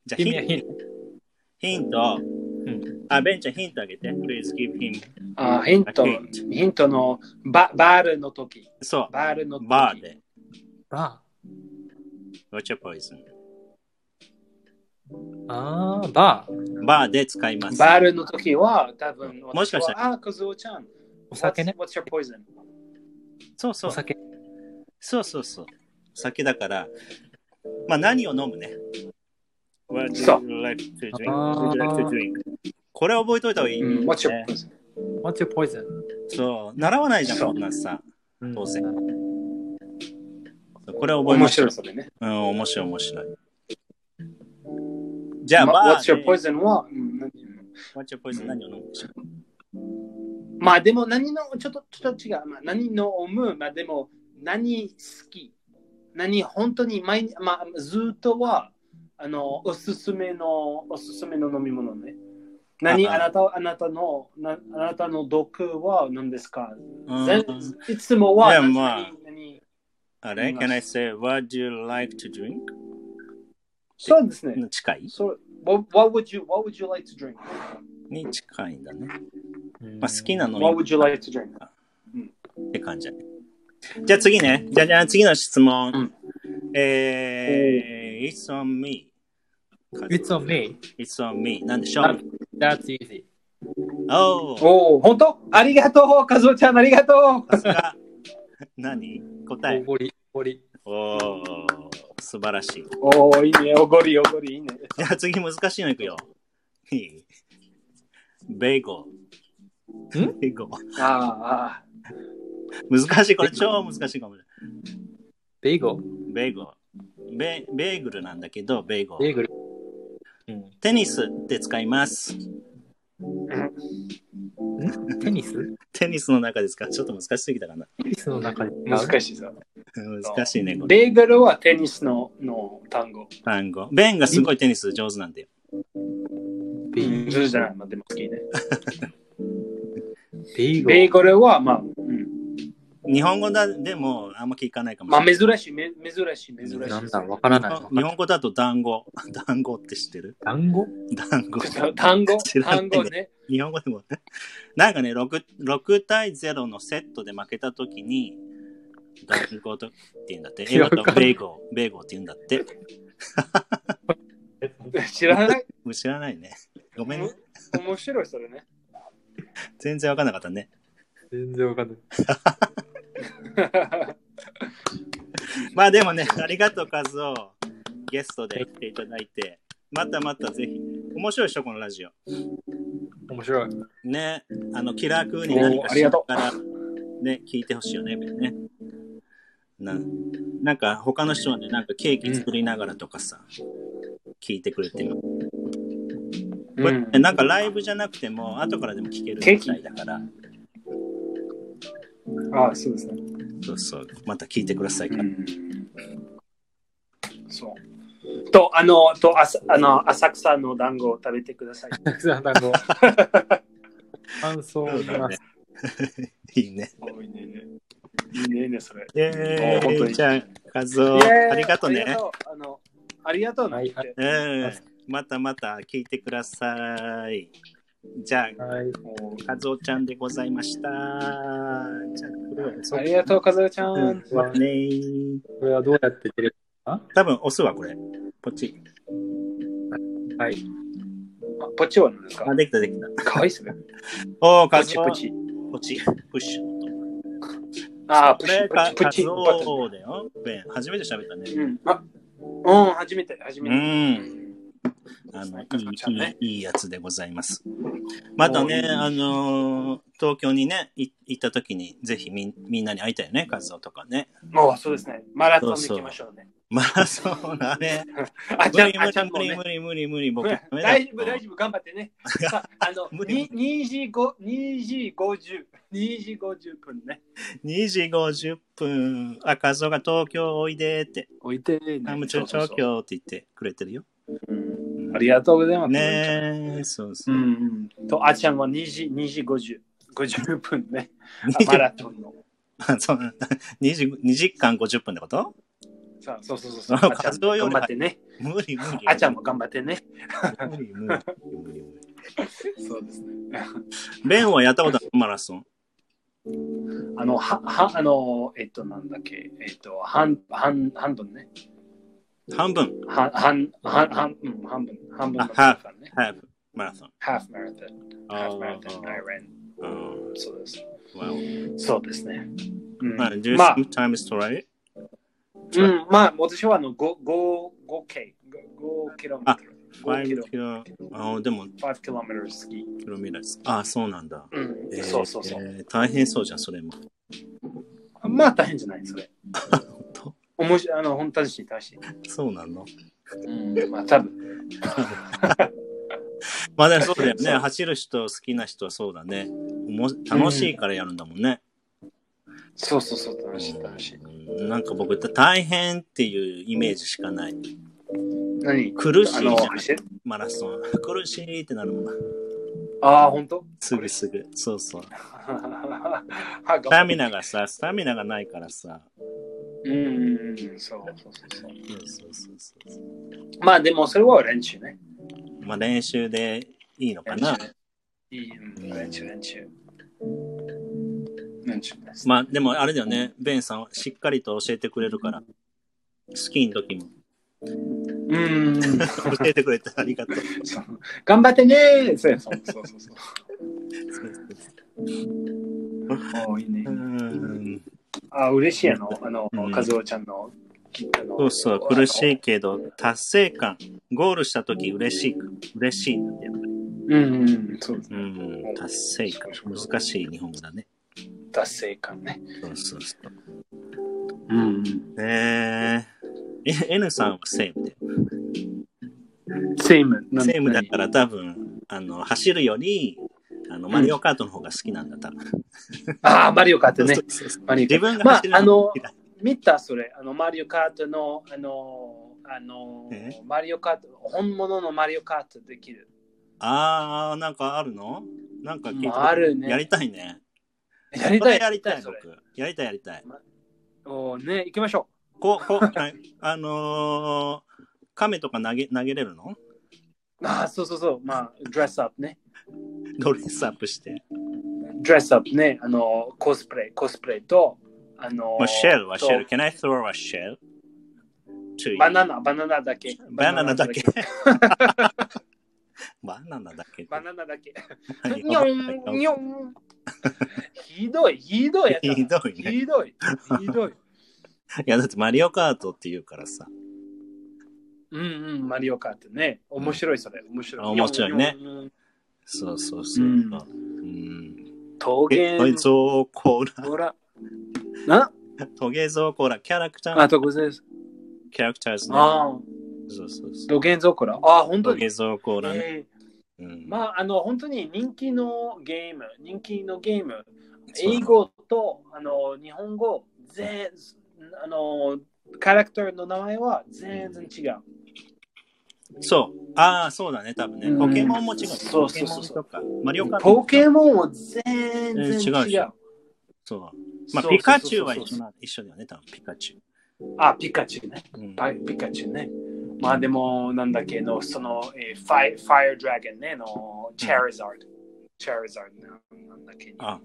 A: じゃあヒ
C: Give me a
A: ン
C: hint.
A: ヒント、
C: ん
A: あ、ベンちゃんヒントあげて。Please give him
B: あーヒン
A: a
B: ト、
A: hint.
B: ヒントのババールの時。
A: そ
B: バールの
A: う、
B: 時。
A: バー。で。
C: バ
A: What's your poison?
C: ー。あー、バー。
A: バーで使います。
B: バールの時は多分、
A: もしかした
B: ら。あー、小僧ちゃん。
C: お酒ね。
B: What's what's your poison?
A: そうそ
C: お
A: う。
C: 酒。
A: そうそうそう。酒だから、まあ何を飲むね。What do
B: そう
A: you like to drink?
C: あー
A: Would you like to drink? これ覚えといた方がいい、
B: うん What's your
A: ね
B: poison?
C: What's your poison?
A: そう、習わないじゃん、
B: そう
A: こんなんさ。
C: うん
A: 当然これ覚え
B: 面
A: ましょう
B: 白い。それね。
A: うん、面白い面白い。じゃあ、
B: ま
A: バー
B: What's your
A: で
B: poison? は、うん何
A: What's your poison? 何を飲むんでしょう
B: まあでも何の、ちょっとちょっと違う。まあ、何の思う、まあでも何好き。何本当に毎日、まあずっとは、あの、おすすめの、おすすめの飲み物ね。何
A: あ
B: あなた、あなたの、なあなたの毒は何ですか、
A: うん
B: 全いつもは、
A: いやまあ
B: 何何
A: あれ ?Can I say, what do you like to drink?
B: そうですね。
A: 近い
B: そう what, what would you, what would you like to drink?
A: に近いんだね。
C: うん
A: まあ好きなの
B: What
A: に
B: would you like to drink?
A: って感じだね。じゃあ次ね。じゃあじゃあ次の質問。
B: うん
A: えー、It's on me.
C: It's on me.
A: It's on me. なんでしょ
C: あ
A: う
C: That's easy.
A: ?Oh!
B: おお、本当ありがとう、かずおちゃん、ありがとう
A: さすが。何答
C: お
A: え。
C: ごり、おごり。
A: おー、素晴らしい。
B: おお、いいね、おごり、おごり、いいね。
A: じゃあ次難しいのいくよ。いいベーゴル。ベーゴル
B: あ
A: 難しい、これ超難しいかもしれ
C: ベーゴ。
A: ない。ベーゴル。ベベーグルなんだけど、ベーゴ
C: ベ
A: ル。
C: ーグル。うん
A: テニスって使います。
C: テニス
A: テニスの中ですかちょっと難しすぎたかな。
C: テニスの中で
B: あ、難しいぞ。
A: 難しいね、これ。
B: ベーグルはテニスのの単語。
A: 単語。ベンがすごいテニス上手なんだよ。
C: ベ
B: ベ
C: ー
B: ーグルじゃない、まあ、でも好きね。
C: ベーゴ
B: ベーグルは、まあ、うん、
A: 日本語だでもあんま聞かないかも
B: ま
A: し
B: あ
A: れない。
B: 珍しい、め珍しい、珍しい。
C: なんだわからない。わかん
A: 日
C: ない
A: 本語 だと団子。団子って知ってる
C: 団子
A: 団子。
B: 単語
A: 知、らない
B: 単
A: ね
B: 語ね。
A: 日本語でもね。なんかね6、6対0のセットで負けたときに、大学語とって言うんだって。英語とベーゴー、ベーゴーって言うんだって。
B: 知らない
A: もう知らないね。ごめんね。
B: 面白い それね。
A: 全然わかんなかったね。
C: 全然わかんない。
A: まあでもね、ありがとう、カズオ。ゲストで来ていただいて。またまたぜひ。面白いでしょ、このラジオ。
C: 面白い。
A: ね。あの、気楽に何かしながら、ね、聞いてほしいよね、ね。ななんか、他の人はね、なんかケーキ作りながらとかさ、聞いてくれてる。これねなんかライブじゃなくても、後からでも聞ける
B: ケーキ
A: みたいだから、
B: ああ、そうですね。
A: そうそう、また聞いてください。
B: そう。と、あの、と、あさあの浅草の団子を食べてください。
C: たくさん、あ の、感想を言います。
A: いいね。
B: いいねいいね。いいね、それ。
A: え
B: ー本当に
A: じゃあ、カズオ、
B: イエーイ
A: ありがとう
B: あり
A: ね
B: が。とうあのありがとうなって。
C: はい
A: うん、またまた聞いてください。じゃ
C: はい。
A: あ、カズオちゃんでございました。じゃあ、これはそ
B: ありがとう、かずえちゃん。
A: うん終わるねー
C: これはどうやって出れ
A: 多分押すわ、これ。ポチ。
C: ばはい。
B: あポチは何ですか
A: あ、できた、できた。
B: かわいいっすね。
A: おー、
B: ポ
A: カズ
B: チ
A: オ、
B: ポ
A: ポチ、
B: チ。
A: ポチ、プッシュ。
B: ああ、
A: こ
B: ポチ
A: れ、か
B: ポ
A: カ
B: チ、
A: ズ
B: ポチ。
A: オだよ。ベン、初めて喋ったね。
B: うん、あうん、初めて、初
A: う
B: めて。
A: ん。あのい
B: カズオちゃんね
A: いいいいやつでございます。またね、あのー東京にね、い行った時に、ぜひみんみんなに会いたいよね、カズオとかね。
B: もう、そうですね。マラソンで行きましょうね。
A: まあ、そうだね。
B: あち
A: 無
B: ゃ
A: 理
B: ん、あちゃんも
A: 無理
B: ね
A: 無。理無理無理無理、僕。ダメだ
B: 大丈夫、大丈夫、頑張っ てね。さあの、
A: 無理
B: に2時5 2時50、2時50分ね。
A: 2時50分、あ、カズオが東京おいでって、
B: 置いて、
A: あ、もうちょ、東京って言ってくれてるよ。
B: ありがとうございます。
A: ねえ、そうそうう。
B: んうん。と、あちゃんは2時、2時50、50分 ね。あ
A: 二
B: マ
A: 十
B: ラソンの。
A: そう2時 ,2 時間50分ってこと
B: さあそうそうそうそう。
A: あ
B: あちゃん
A: 数えよ
B: 頑
A: り
B: 張ってね。
A: 無理無理。
B: あちゃんも頑張ってね。
A: 無理無理無理無理。
B: そうですね。
A: ベンはやったことあるマラソン。
B: あの、は、は、あの、えっと、なんだっけ、えっと、半、半、半分ね。
A: 半分、
B: 半、半、半、半、うん、半分、半分の
A: あ
B: マラソンね。
A: ハーフ、マラソン。
B: ハーフマラソン。ハーフマラソン、I
A: あ
B: ran。
A: ーうん
B: そうです。
A: わお
B: そうですね。うん、
A: まあ、do you
B: まあ、
A: sometimes try?
B: うん、まあ、私はあの、5、5、5K、5キロメー
A: あ
B: トル。5キロ
A: Five、kilo- あーでも、
B: 5キロメートル好き。
A: キロメーターです。あー、そうなんだ。
B: うん、
A: えー
B: そうそうそう。
A: えー大変そうじゃん、それも。
B: まあ、大変じゃない、それ。
A: 当
B: おもし、あの、本当に楽しい。
A: そうなの
B: うん、まあ、多分。
A: まあでもそうだよね。
B: そう
A: 走る人、好きな人はそうだね。おも楽しいからやるんだもんね。
B: そうそうそう、楽しい、楽しい。
A: うんなんか僕、大変っていうイメージしかない。
B: 何
A: 苦しい
B: あ
A: じゃ
B: の、
A: ん、
B: 走る
A: マラソン。 苦しいってなるもん。
B: ああ、本当
A: すぐすぐ。そうそう。ス
B: は
A: タミナがさ、スタミナがないからさ。
B: うんうんうん、そうそうそうそ
A: そう
B: う。
A: そうそうそう
B: まあでもそれは練習ね。
A: まあ練習でいいのか
B: 練
A: な。
B: 習。いい、うん、練習、練習。練習です。
A: まあでもあれだよね。ベンさんはしっかりと教えてくれるから。スキーの時も。
B: うん。
A: 教えてくれてありがとう。
B: そう頑張ってねーそうそうそうそうそう。おーいいね
A: う。ん
B: あ、嬉しいあの、あの
A: うん、
B: 和夫ちゃんの。あの
A: そうそう、苦しい。けど、達成感、ゴールしたとき嬉しい、嬉しいんだよ。
B: うんうん、そうです
A: う
B: ね。
A: ん、達成感、難しい日本語だね。
B: 達成感ね。
A: そうそうそう。
B: うん。
A: ねえ、え N さんはセームで。
B: セイム。
A: セームだから多分、あの、走るより、あの、マリオカートの方が好きなんだ、多分。
B: ああ、マリオカートね
A: そう。そうそう
B: マリオ
A: 自
B: カート
A: 分が走るのが好きだ。
B: 見たそれ、あの、マリオカートの、あの、あの
A: え、
B: マリオカート、本物のマリオカートできる。
A: あー、なんかあるのなんか聞いたこと
B: あるね
A: やりたいね。
B: やりた
A: それ
B: い、
A: やりたい、
B: それ
A: 僕。やりたい、やりたい。
B: おーね、行きましょ
A: こう、こう、はいあのー、亀とか投げ投げれるの
B: う。ああ、そうそうそう、まあ、ドレスアップね。
A: ドレスアップして。
B: ドレスアップね、あの、コスプレ、コスプレと、あの
A: もうシェルはシェル。
B: と
A: Can I throw a shell? to you?
B: バナナ、バナナだけ。
A: バナナだ け。。バナナだけ。
B: バナナ だけ。
A: 何
B: にょん、にょん。ひどい、ひどいやつだ。
A: ひどいね。い
B: ひどい、ひどい。
A: や、だってマリオカートって言うからさ。
B: うんうん、マリオカートね。面白い、それ。面白い。
A: あ面白いね
B: にょん。にょんに
A: そうそうそう。う
B: うん
A: ん。
B: ょん桃
A: え、
B: 源
A: ゾウコーラ。
B: ほら。な
A: トゲゾウコーラ。キャラクタ
B: あ
A: ー、
B: とございます。
A: キャラクターズね。
B: ああ、
A: そうそうそう。
B: 土源蔵庫だ。ああ、本当
A: ト
B: に。
A: ゲゾウコーラね。
B: え
A: うん
B: ーまあ、あの、本当に人気のゲーム、人気のゲーム、
A: そう
B: 英語とあの日本語、全あの、キャラクターの名前は全然違う。
A: そう。ああ、そうだね、多分ね。
B: うん
A: ポケモンも違う。
B: そう
A: ポケ
B: そう
A: モ
B: そ
A: ンと
B: う
A: か。マリオカートも違う。
B: ポケモンも全然
A: 全
B: 違
A: 然違うでし
B: う
A: ょ。そう。まあ、
B: そうそうそうそう
A: ピカチュウは一緒な一緒だよね、多分ピカチ
B: あ、ピカチュウね。
A: ュウ。うん
B: パピカチュウね。まあでも、なんだっけの、その、えー、ファイファイアドラゴンね、の、チャリザード。チャリザードななんだっけ。
A: あ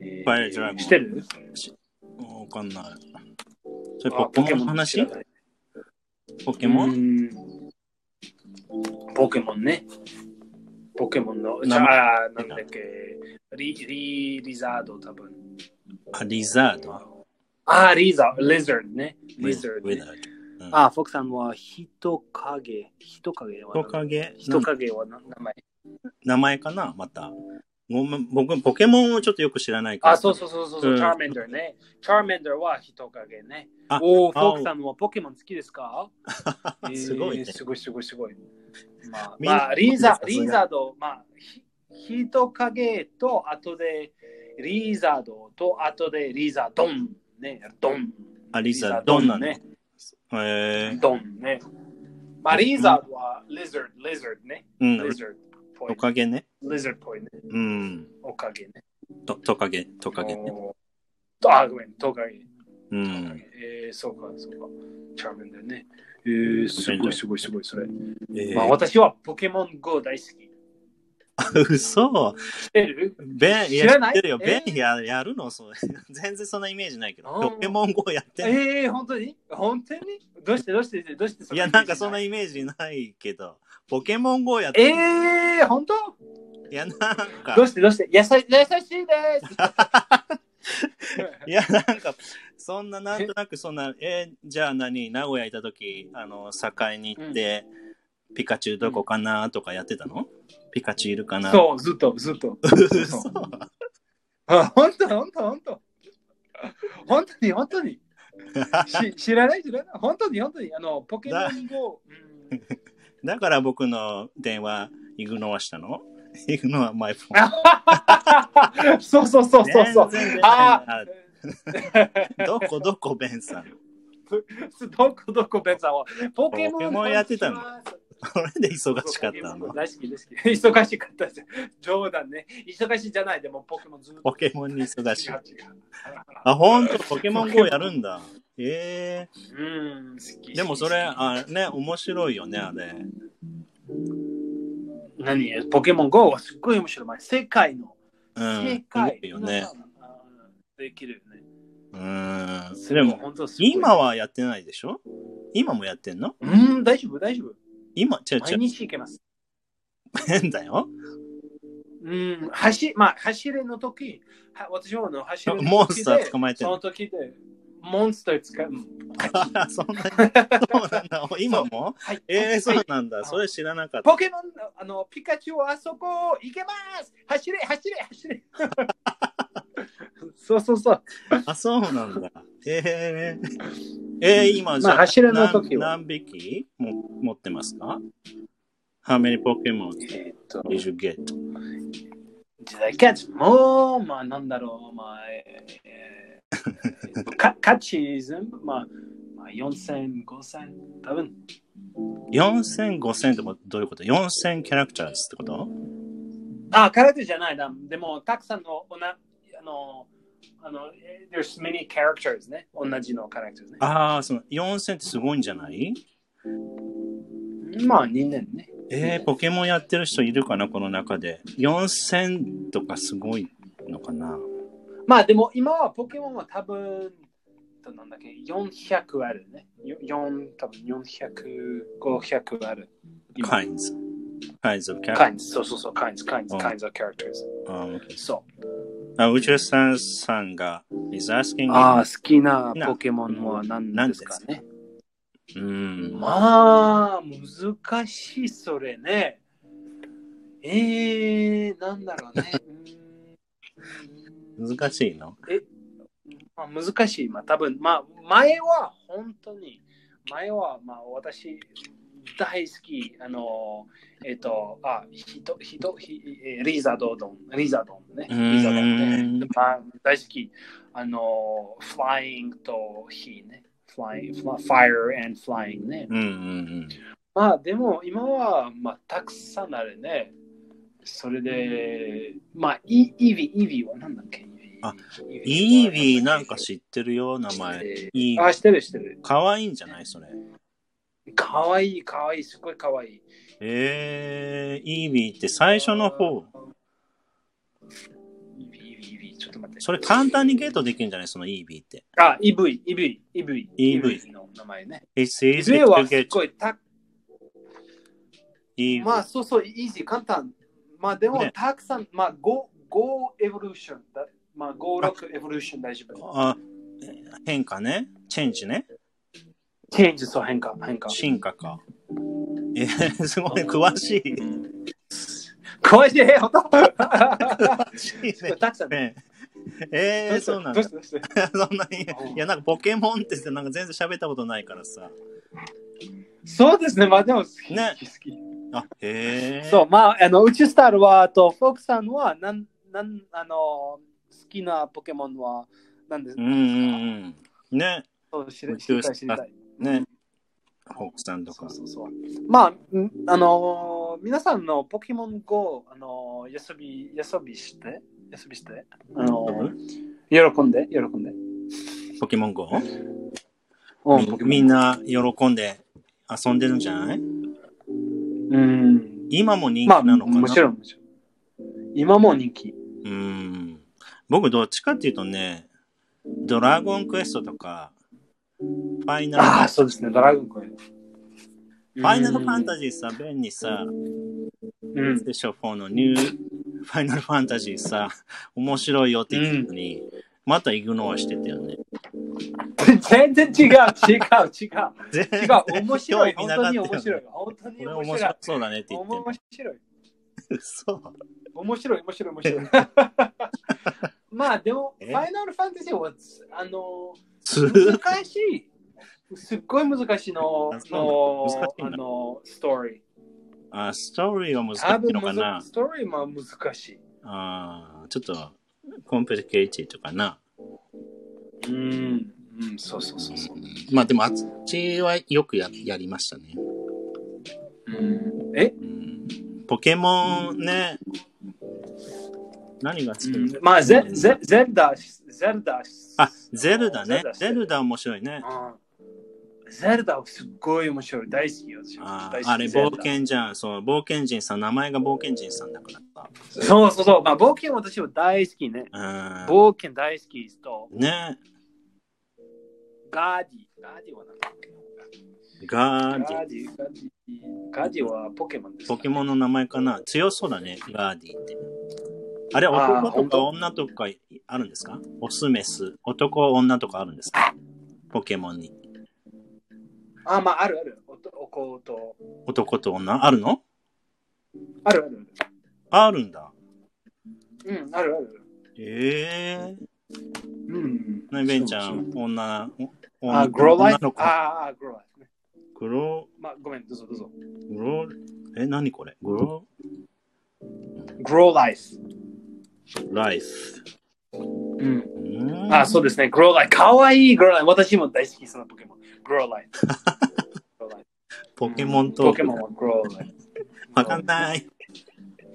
B: え
A: ファイアドラゴン
B: してる
A: わかんない。それ
B: あ
A: ポケモンの話
B: ポケモン知らない
A: ポケモン
B: うんポケモンね。ポケモンの、
A: 名前
B: じゃあ、なんだっけ、リリリザード多分。
A: あ、リザード
B: あー、リザード、リザードね。リザード、
A: ウィザ
B: ね。
A: ー
B: あー、フォクさんは人影。人影は
A: ド。
B: 何
A: トカゲ
B: 人影はな名前。
A: 名前かなまた。ごめん僕、ポケモンをちょっとよく知らないから。
B: あ、そうそうそうそうそう、
A: うん
B: チャーメンダーね。チャーメンダーは人影ね。
A: あ
B: おー、フ
A: 青
B: ォクさんはポケモン好きですか
A: すごいね
B: えーすごいすごいすごい。まあ、
A: みんな
B: まあリーザ
A: さすが
B: リーザード、まあ、ひ人影と、あとでリーザードと、あとでリーザードン。ね、ドン。
A: あ、リザード。どんなのへ
B: ね。
A: え。
B: ドンね。まあ、リーザードは、リザード、リザードね。
A: う
B: リ
A: ん。
B: ザードっぽ
A: ト
B: い。
A: カゲね。
B: リザードっぽいね。
A: うん。
B: おかげね。
A: トトカゲ、トカゲね。
B: おーあ、ごめん、トカゲ。
A: うん。
B: えー、そうか、そうか。チャームだよね。えー、すごい、すごい、すごい、それ。
A: えー
B: まあ、私はポケモン GO 大好き。知
A: 嘘
B: ってる
A: ベン、い
B: 知ら
A: や、
B: な
A: 知
B: い
A: ってるよ。
B: え
A: ベ
B: ー
A: ンややるのそれ 全然そんなイメージないけど。
B: うん
A: ポケモン GO やってんの
B: えー、本当に本当にどうして、どうして、どうしてそ
A: い
B: れ
A: や、なんかそんなイメージないけど、ポケモン GO やって、
B: えー、本当
A: いや、なん
B: どう
A: か、
B: して、どうして優し優しいです
A: いや、なんか、そんな、なんとなくそんな、えーじゃあ何、名古屋行った時、あの、境に行って、ピカチュウどこかなとかやってたのピカチュウいるかな
B: そう、ずっと、ずっと。
A: 嘘
B: そうあ本当、本当、本当。本当に、本 当に。し知らない、知らない。本当に、本当に。あの、ポケモン GO。うん
A: だから僕の電話、イグノアしたのイグノアマイフォン。
B: そうそうそうそうそう
A: 全然全然。
B: ああ。
A: どこどこ、ベンさん。
B: どこどこ別はポケモン
A: ポケモンやってたのこれで忙
B: 忙
A: しか ったの。
B: 大好き です。忙しかったです。冗談ね。忙しいじゃないでもポケモンずっと。
A: ポケモンに忙しい
B: 違。う
A: あ、ほんと、ポケモン GO やるんだ。ええー。
B: 違ううん、好き。
A: でもそれ、
B: 好き好
A: あね、面白いよね、あれ。
B: き何ポケモン GO はすっごい面白い。まあ世界の。
A: うん。
B: 世
A: す
B: 界
A: ごいよ
B: の
A: ね。。
B: あーできるよね。
A: うん。
B: すごい
A: でも、
B: 本当すごい
A: 今はやってないでしょ今もやってんの
B: うん、大丈夫、大丈夫。
A: 今、違う違
B: 毎日行けます。
A: う、変だよ。
B: うん、走、まあ、走れの時、は私はあの走れの時で
A: モンスター捕まえてる
B: その時で、モンスター使う。うん
A: あそんな、そうなん だ。今も
B: はい。
A: えー、そ
B: は
A: う
B: い
A: なんだ。それ知らなかった。
B: ポケモンの、あの、ピカチュウ、あそこ、行けます走れ、走れ、走れ そうそうそう。
A: あ、そうなんだ。えー、えー、今、じゃ
B: まあ走れの時は
A: 何何匹も持ってますか ?How many Pokemon
B: えっと
A: did you get?
B: 時代キャッチ、もう、まあ、なんだろう、まあ、 えーえー、か価値全部、まあ、まあ、4000、5000、多分。
A: 4000、5000ってことどういうこと ?4000 キャラクターズってこと
B: あ、空手じゃないな。でも、たくさんの、おなあの、あの、えー there's many characters ね。同じのキャラクターね。
A: ああ、その4000ってすごいんじゃない
B: まあ、2年ね。
A: えー、ポケモンやってる人いるかなこの中で。4000とかすごいのかな
B: まあでも今はポケモンは多分、どうなんだっけ、400あるね。4、多分400、500ある。今
A: kinds. Kinds of characters.
B: kinds そうそうそう、kinds, kinds,
A: うん
B: kinds of characters.
A: あー okay.
B: そ
A: あ宇宙さんさんが is
B: う。
A: asking
B: ああ、好きな
A: な
B: ポケモンは何ですかね。
A: うん。
B: まあ、難しい、それね。えー、なんだろうね。うん
A: 難しいの
B: まあ、難しい。まあ、多分、まあ、前は本当に、前は、まあ、私、大好き、あの、えっ、と、あ、ひと、ひと、ひえーリザドドン、リザドンね。
A: うーん
B: リザドンね。まあ、大好き、あの、フライングと火ね。フライング、ファイア and フライングね。
A: うんうん
B: まあでも今は、まあ、たくさんあるね。それで、まあ、イイビ、イビは何だっけイビ
A: あ
B: イ
A: うん。
B: ビ
A: イービーなんか知ってるよ、名前。
B: え
A: イー
B: ーあ、してるしてる。
A: かわいいんじゃないそれ。
B: かわいい、かわいい、すごいかわいい。
A: えー、イービーって最初の方。
B: イビ、イビ、イビ、ちょっと待って。
A: それ簡単にゲートできるんじゃないそのイービーって。
B: あ、イブイ、イブイ、イブイ、
A: イ
B: イ
A: ブ
B: ブ
A: イ
B: イの名前ね。
A: It's
B: イ
A: easy
B: ブイは
A: to
B: す
A: get
B: ごいた、
A: イービ
B: まあ
A: ー。
B: そうそう、イージー、簡単。まあでも
A: ね
B: たくさん、まあ5、五エボリューションだ。まあ5、6エボリューション大丈夫。
A: あ変化ね。チェンジね。
B: チェンジ、そう、変化、変化。
A: 進化か。えー、すごい詳しい。
B: 詳しい、本当
A: 詳しいね。
B: たくさん。
A: ねえー、そうなんだ。
B: どうしたどうした
A: そんなに、いや、なんかポケモンってなんか全然喋ったことないからさ。
B: そうですね、まあでも好き、
A: ね
B: 好き好き。
A: あ、へえ。
B: そう、まあ、あの、ウチスタールは、あと、フォークさんは、なん、なん、あの、好きなポケモンは、なんです
A: うんうんうん。ね、
B: そう知
A: ウ
B: り
A: チ
B: 知り
A: スタ
B: た
A: ー
B: い、知りたい。
A: ね。ホークさんと
B: そ
A: か
B: う。そうそう。まあ、んあのー、皆さんのポケモン GO、あのー、遊び、遊びして、遊びして、あのー、喜んで、喜んで。
A: ポケモン GO?
B: う
A: み
B: ポケモン
A: みんな喜んで遊んでるんじゃない
B: うん。
A: 今も人気
B: まあ、
A: なのかな、
B: もちろん、もちろん。今も人気。
A: うん。僕どっちかっていうとね、ドラゴンクエストとか、ファイナル、
B: ああ、そうですね、ドラゴンクエスト。
A: ファイナルファンタジーさ、便にさ、
B: うん
A: でしょ、4のニュー、ファイナルファンタジーさ、面白いよって言ってたのに、またイグノアしてたよね。
B: 全然違う、違う、違う。
A: 全
B: 違
A: 然
B: う、面白 い、
A: 興味
B: 本
A: なか
B: 当
A: ったよね
B: に面白い。本当に
A: これ面
B: 面
A: 白
B: 白い。
A: そうだねって言ってんの
B: 面白い。
A: 嘘
B: 面白い、面白い、面白い。 まあ、でも、フ
A: え
B: ァイナルファンタジーは、あの、
A: す
B: 難しい。すっごい難しいの
A: あ、そう
B: の
A: なんだ難しいん
B: あ
A: だ
B: の、ストーリー。
A: あ、ストーリーは難し
B: 多
A: い
B: 分
A: のか
B: む
A: な
B: ず、ストーリーも難しい。
A: あーちょっと、コンプリケイティとかな。
B: うん、うん、そうそうそうそう。
A: まあでも、あっちはよくややりましたね。
B: うん、え
A: うんポケモンね、何が好き
B: うんまあゼ、ゼゼルダ、ゼルダ。
A: あ、ゼルダね。ゼル
B: ダ。
A: ダ面白いね。
B: うんゼルダはすっごい面白い。大好きよ。私
A: あ
B: 大好
A: ー
B: き
A: あれ、
B: ゼル
A: 冒
B: ダ
A: 険じゃん。そう、冒険人さん、名前が冒険人さんだから
B: そうそうそう。まあ、冒険は私は大好きね。
A: さ。う
B: 冒険大好きと、
A: ん。ね、
B: ガーディ。ガーディは何だっけ
A: ガーディ
B: ガーディ、ガーディ。ガーディはポケモンです、
A: ポケモンの名前かな強そうだね、ガーディって。あれ、男とか女とかあるんですかオス、メス。男、女とかあるんですかポケモンに。
B: あ、まあ、あるある。おとおこと。
A: 男と女あるの
B: あるある
A: あるんだ。
B: ある。うん、あるある。
A: ええ
B: うん。
A: ー。ね、ベンちゃん、女、お
B: あ、グローライ
A: 女の子
B: ああ、グローライフね。
A: グロ、
B: まあ、ごめん、どうぞどうぞ。
A: グロ、え、何これグロ
B: グローライフ。
A: ライス。
B: うん。
A: うーん
B: あ、そうですね。グローライフ。かわいいグローライフ。私も大好き、そのポケモン。グローライフ。グローライフ
A: ポケモンと、
B: ポケモンはグローライフ。
A: わかんない。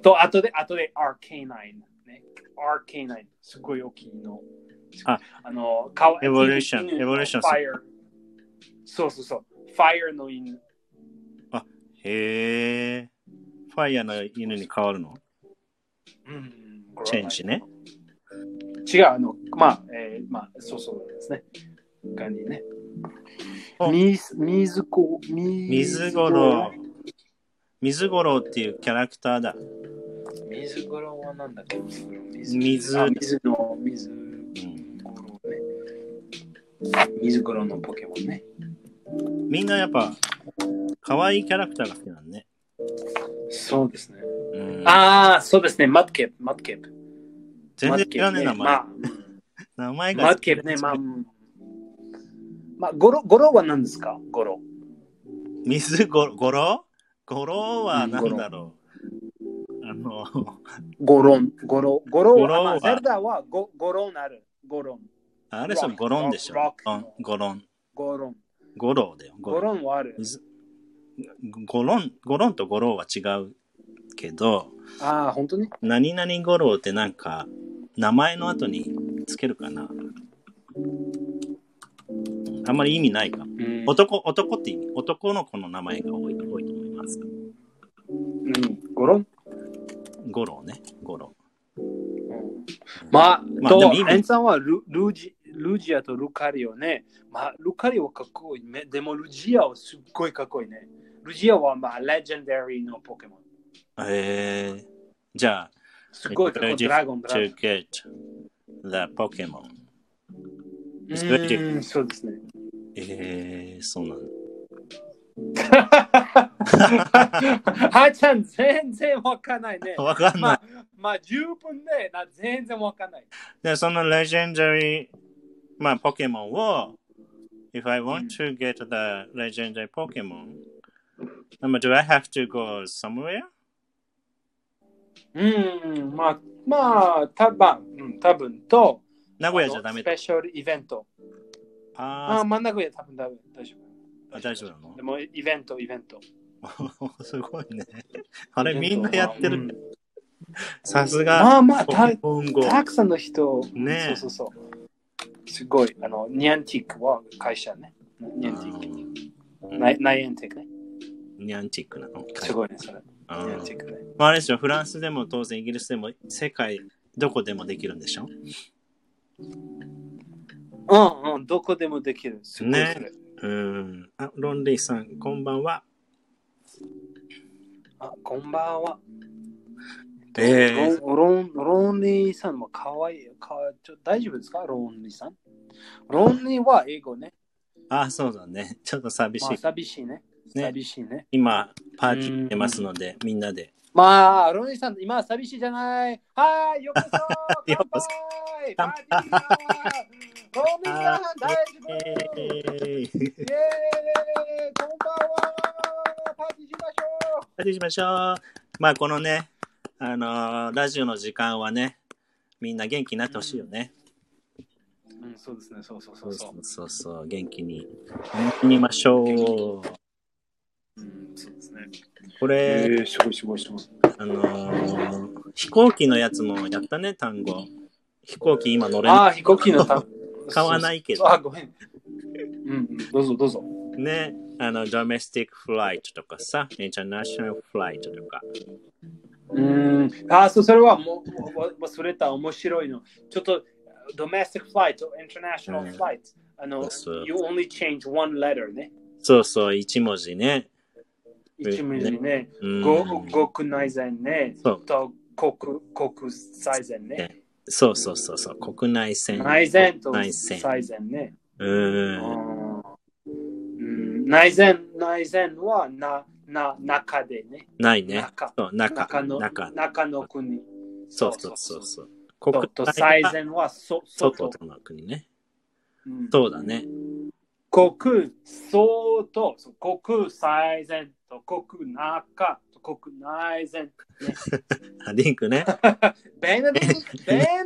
B: と、あとで、あとで、アーケイナイン。ね。アーケイナイン。すごい大きいの。
A: あ、
B: あの、かわいい。
A: Evolution
B: 犬
A: Evolution
B: ファイア。そうそうそう。ファイアの犬。
A: へえ。ファイヤーの犬に変わるの
B: うん。
A: チェンジね。
B: 違う、あの、まあ、えーまあ、そうそうですね。感じね
A: お。
B: みず、みずこ、み
A: 水五郎。水五郎っていうキャラクターだ。
B: 水五郎はなんだっけ水五郎
A: 水
B: あ水の水
A: うん
B: 五郎ね。水五郎のポケモンね。
A: みんなやっぱ、可愛いキャラクターが好きなんね。
B: そうですね。
A: うん、
B: ああ、そうですね。マッドケープ、マッドケープ。
A: 全然知らねえ名
B: マ
A: 前。
B: ッドケープね
A: 名前が
B: まあ、マッドケープね。まあ、うんまあ、ゴロ、ゴロは何ですかゴロ。
A: 水五郎五郎五郎はなんだろう。あの、
B: ゴロン。ゴロ、ゴロ
A: ゴロ
B: は、
A: は
B: まあ、ゼルダはゴゴロンある。ゴロン。
A: あれでしょ、
B: ロック
A: ゴロンでしょ
B: ロッ。ク
A: うんゴロン。
B: ゴロン。
A: ゴローだよ。ゴ
B: ゴ
A: ロン
B: ロンはある。
A: 水ゴロン。ゴロンとゴローは違うけど、
B: ああ、本当に
A: 何々ゴローってなんか、名前の後につけるかな。あんまり意味ないかも。
B: うん
A: 男、男って意味、男の子の名前が多い多いと思います。
B: うん、ゴロン。
A: ゴローね、ゴロ
B: まあ、
A: まあでも
B: と、
A: 今
B: エンさんはルルージルージアとルカリオね。まあ、ルカリオはかっこいいね。でも、ルジアはすっごいかっこいいね。ルジアは、まあ、レジェンダリーのポケモン。
A: ー。へえー。じゃあ、
B: すっごいかっこいい。
A: Luigi
B: ドラゴン、ドラ
A: to
B: ゴ
A: get the Pokemon。
B: ン。
A: Luigi
B: うんそうですね。
A: えー、そうなんだ。
B: はーちゃん、全然わかんないね。
A: わかん
B: ま
A: ない。
B: あ、まあ、十分ね、な全然わかんない。
A: で、そのレジェンダリー、まあ、ポケモンを、if I want to get the legendary Pokemon, なまあ do I have to go somewhere?
B: うん、まあ、まあ、たぶん、うん、多分と、
A: 名古屋じゃダメ
B: スペ
A: だ。
B: シャルイベント。ああ、
A: あ
B: 真ん中で多分大丈
A: ーあ、
B: 夫。
A: 大丈夫なの
B: でも、イベント、イベント。
A: すごいね。あれ
B: イベン
A: み
B: ト
A: んなやって
B: う
A: る。
B: ん
A: さす
B: ま
A: が。
B: あまあ、
A: ポ
B: た
A: ケモン GO。
B: たくさんの人、
A: ねえ
B: そうそうそう。すごい、あの、ニャンティックは会社ね。ニャンティック。ナイナイエンティックね。
A: ニャンチックなの。
B: すごいね、それ。ニ
A: あ
B: ャン
A: ー
B: ティックね。
A: まあ、あれでしょ、フランスでも当然イギリスでも世界どこでもできるんでしょ
B: うんうん、どこでもできる。すごい
A: ね
B: それ
A: うん。あ、ロンリーさん、こんばんは。
B: あ、こんばんは。
A: えー
B: ロンロンロンリーさんもかわいい。かわちょ大丈夫ですかロンリーさん。ロンリーは英語ね。
A: あ、そうだね。ちょっと寂しい。
B: まあ、寂しいね。
A: ね
B: 寂しいね。
A: 今、パーティーしてますので、みんなで。
B: まあ、ロニーさん、今は寂しいじゃない。は ーい、ようこそ
A: ようこそ
B: 乾杯パーティーだロニーさん、大丈夫イェーイ
A: えー、
B: こんばんはパーティーしましょ
A: パーティーしましょう。まあ、このね、あのーラジオの時間はね、みんな元気になってほしいよね。
B: ううん、そうですね、そうそうそ
A: そう
B: う
A: そ
B: そう
A: そうそう、元気に。元気にましょう。
B: う。うん、そうですね。
A: これ、
B: えー、すごいすごいすごい。
A: あのー飛行機のやつもやったね、単語。飛行機今乗れ
B: あ
A: な
B: あ、飛行機のた
A: 買わないけど
B: あ、ごめん。うん、うんどうぞどうぞ。
A: いね。あの、ドメスティックフライトとかさ、インターナショナルフライトとか。
B: うん、あーそう、それはもうわ忘れた、面白いの。ちょっと、ドメスティックフライト、インターナショナルフライト。あの
A: そう、
B: You only change one letter ね。
A: そうそう、一文字ね。うん
B: 一文字ね。
A: うん、
B: ご国内線ね。
A: そう
B: と国、国際線ね。
A: そうそうそうそう、国内線。
B: 内線と
A: 内線。
B: 際線ね。
A: う。
B: うんんうん内線、内線はな、な、中でね。
A: ないね。
B: 中
A: そう、中。
B: 中の、
A: 中。
B: 中の国。
A: そうそうそうそう。
B: とと最
A: 内線。
B: 善はそ
A: 外
B: 外。
A: との国ね。
B: うん
A: そうだね。
B: 国総とそう国最善と国中と国内善。
A: あリンクね。
B: ベンリンベン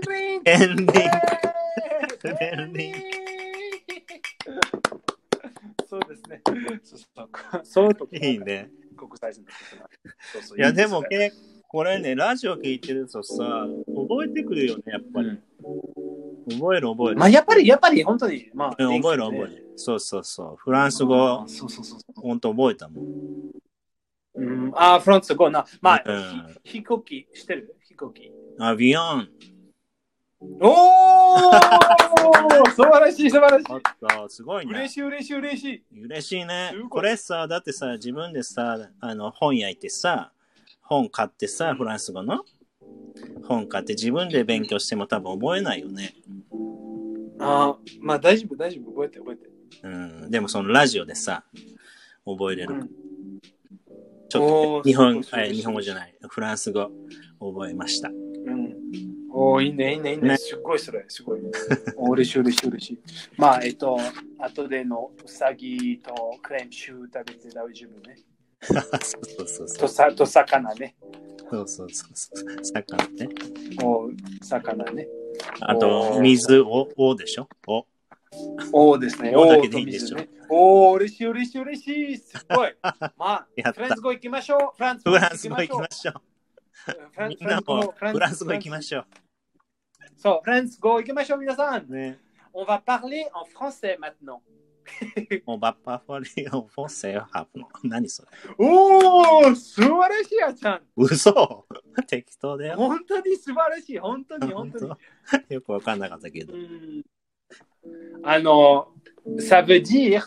B: リン
A: エンディング。
B: ベンリンそうですね。そうそうそうと
A: いいね。
B: 国際線と国内そうそう
A: いや、で
B: い
A: も
B: いすね
A: け、これね、ラジオ聞いてるとさ、覚えてくるよね、やっぱり。覚える覚え
B: うん
A: る。
B: まあやっぱりやっぱり本当にまあ
A: うん覚える覚える。そうそうそう。フランス語、
B: そうそうそうそう。
A: ほんと覚えたもん。
B: うん、あー、フランス語な。まあ、
A: うん
B: ひ飛行機してる飛行機。
A: アビヨン。
B: おー 素晴らしい、素晴らしい。
A: おっと、すごいね
B: 嬉。しい、嬉しい、嬉しい。
A: 嬉しいね
B: すごい。
A: これさ、だってさ、自分でさ、あの、本焼いてさ、本買ってさ、フランス語の本買って自分で勉強しても多分覚えないよね。
B: ああ、まあ大丈夫、大丈夫。覚えて、覚えて。
A: うん。でもそのラジオでさ、覚えれる。
B: うん
A: ちょ
B: お
A: っと
B: ー
A: 日本
B: す、ごい
A: え日本語じゃない。フランス語覚えました。
B: うん。おーいいね、いいね、いいね。
A: ね
B: すごい、それ、すごい。お嬉しい、嬉しい、嬉しい。まあ、えっと、後でのうさぎとクレームシュー食べて大丈夫ね。
A: そうそうそ
B: と
A: う。
B: さ、と魚ね。
A: そうそうそうそう。魚ね。
B: おー魚ね。
A: あ
B: お
A: と、
B: ー
A: 水を、おでしょお。
B: おーですね。
A: おー
B: ー
A: だけでいいんでしょ
B: と水ねおー嬉しい、嬉しい、嬉しい。す ごい。まあ
A: やっ、た
B: フランス語行きましょう。フランス
A: フランス語行きま
B: し
A: しょう。
B: ょう。フラン
A: み
B: ス
A: んなも
B: 語、
A: フランス語行きま
B: し
A: しょ
B: ょう。そう、フランス語行きましょう、皆さん
A: う。。ね。
B: On va parler en français maintenant.
A: おばっぱフォリオフォセアハプの。 何それ
B: おー素晴らしいやちゃん
A: 嘘適当だよ。
B: 本当に素晴らしい 本当に本当に
A: 本よくわかんなかったけど
B: う。んあの、ça veut dire,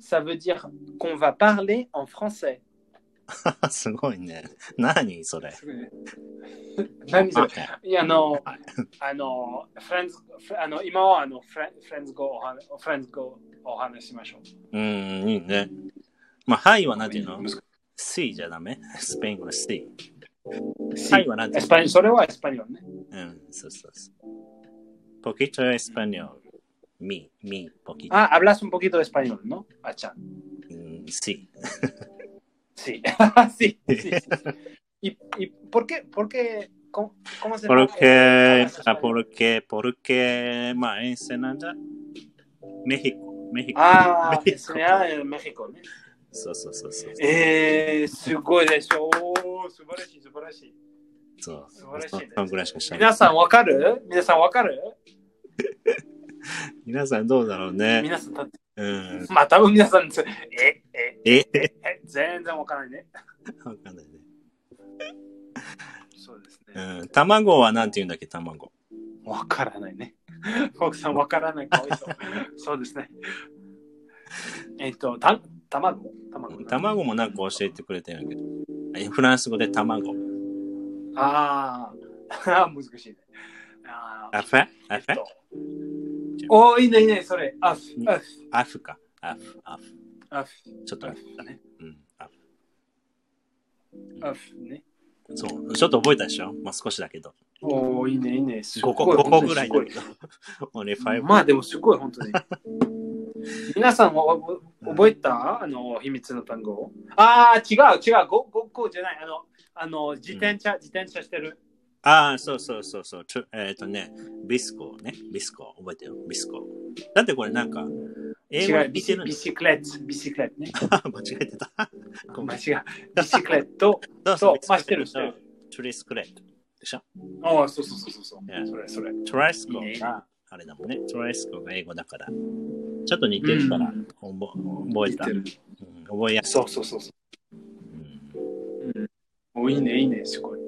B: ça veut dire qu'on va parler en français.
A: すごいね。何それ。
B: 何それ
A: あ
B: いや、あの、あの、フランス、あの、今はあのフランフランス語をお話フランス語をお話ししましょう。
A: うん、いいね。まあ、はいは何て言うの ?C じゃダメスペイン語で C。はいは
B: Ah,
A: 何て
B: エスパニそれはエスパニオルね。
A: 言うのうん、そうそうそう。ポキチョエスパニョル。ミ、ミ、ポキチョ。
B: あ、hablas Ah, un poquito de español, ¿no? Ah, あちゃん。
A: うん、C。
B: Sí, sí, sí. sí. ¿Y, y por qué? Por qué ¿Cómo, cómo se
A: ポル
B: llama?
A: ケ
B: Ah,、
A: あポルケ、ポルケ、まあ、遠征なんだ。メヒコ、メヒコ。
B: Ah,
A: México.
B: se llama en México. ¿no?
A: そうそうそうそう。
B: Eh, すごいでしょ。おー素晴らしい、素晴らしい。
A: そう。
B: 素晴らしい
A: そ
B: ね
A: そんぐらいしかしない。
B: 皆さんわかる皆さんわかる
A: 皆さんどうだろうね。
B: 皆さん、た
A: うん。
B: まあ多分皆さん、え、え、
A: え
B: え、全然わからないね。
A: わかんないね。
B: そうですね。
A: うん。卵はなんて言うんだっけ、卵。
B: わからない ね。奥さんわからない顔そう。そうですね。えっと、た、卵卵
A: 卵もなんか教えてくれてるんだけど。えフランス語で卵。
B: あーあー、難しいね。あー
A: アフェア
B: えっ
A: フェ
B: とおー、いいね、いいね、それ。あふ、あふ、
A: アフか。アフ、アフ。
B: あふ、
A: ちょっと
B: あ
A: 待
B: ふ
A: って、
B: ね。
A: うん。アフ
B: あふね。
A: そう。ちょっと覚えたでしょまあ少しだけど。
B: おー、いいね、いいね。す
A: 5
B: ごい
A: 個、5個ぐらいだ
B: 本当
A: け
B: に
A: ど。 俺
B: すごい
A: 5。
B: まあでもすごい、本当に。皆さんは覚覚えたあの、秘密の単語。ああ、違う、違う、ごご個じゃない。あの、あの自転車、自転車してる。
A: ああ、そうそうそうそう。ちょえっ、とね、ビスコね。ビスコ。覚えてよ。ビスコ。だってこれなんか、英語
B: 違う、
A: に
B: ビ
A: 似
B: シ
A: てるん
B: ビ
A: です
B: シクレット、ビシクレットね。
A: か 間違えてた。ご
B: 間
A: め
B: 違
A: ん
B: う。ビシクレッ ト。そうまあ知ってる知ってる
A: トリスクレット。でしょ
B: ああ、そうそうそうそうそう。
A: ね
B: それ、それ。
A: トライスコ
B: いいね
A: があれだもんね。トライスコが英語だから。ちょっと似てるから、
B: うん
A: おぼ覚えた、
B: 言ってる
A: うん覚えやすい。
B: そうそうそうそう。
A: うん
B: おいいね、いいね、すごい。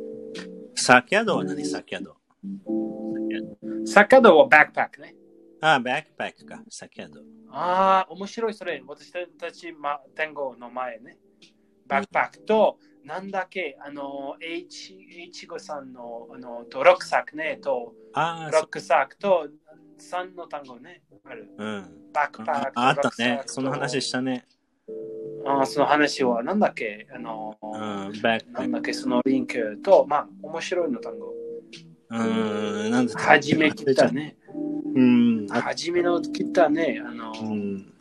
A: サキャドは何サキャド
B: サッカードはバックパックね。
A: ああ、バックパックか。サキャド。
B: ああ、面白いそれ。私たち、ま、単語の前ね。バックパックと、なんだっけ、あの、H、H 5さんの、あの、と、ロックサックね、と、
A: あ
B: ロ
A: あ、そ
B: ックサックと、3の単語ね。ある。
A: ううん。
B: バックパッ
A: あ
B: クと。
A: ああっ
B: ロッ
A: た
B: クサッ
A: ね
B: ク。と
A: その話したね。
B: あーその話は、なんだっけ、あの、
A: うん、バックパッ
B: なん
A: ク。
B: だっけ、そのリンクと、まあ、面白いの単語。
A: うん、なんだった
B: はじめきた。ね。
A: うん、あ
B: はじめのきたね。あの、
A: うん、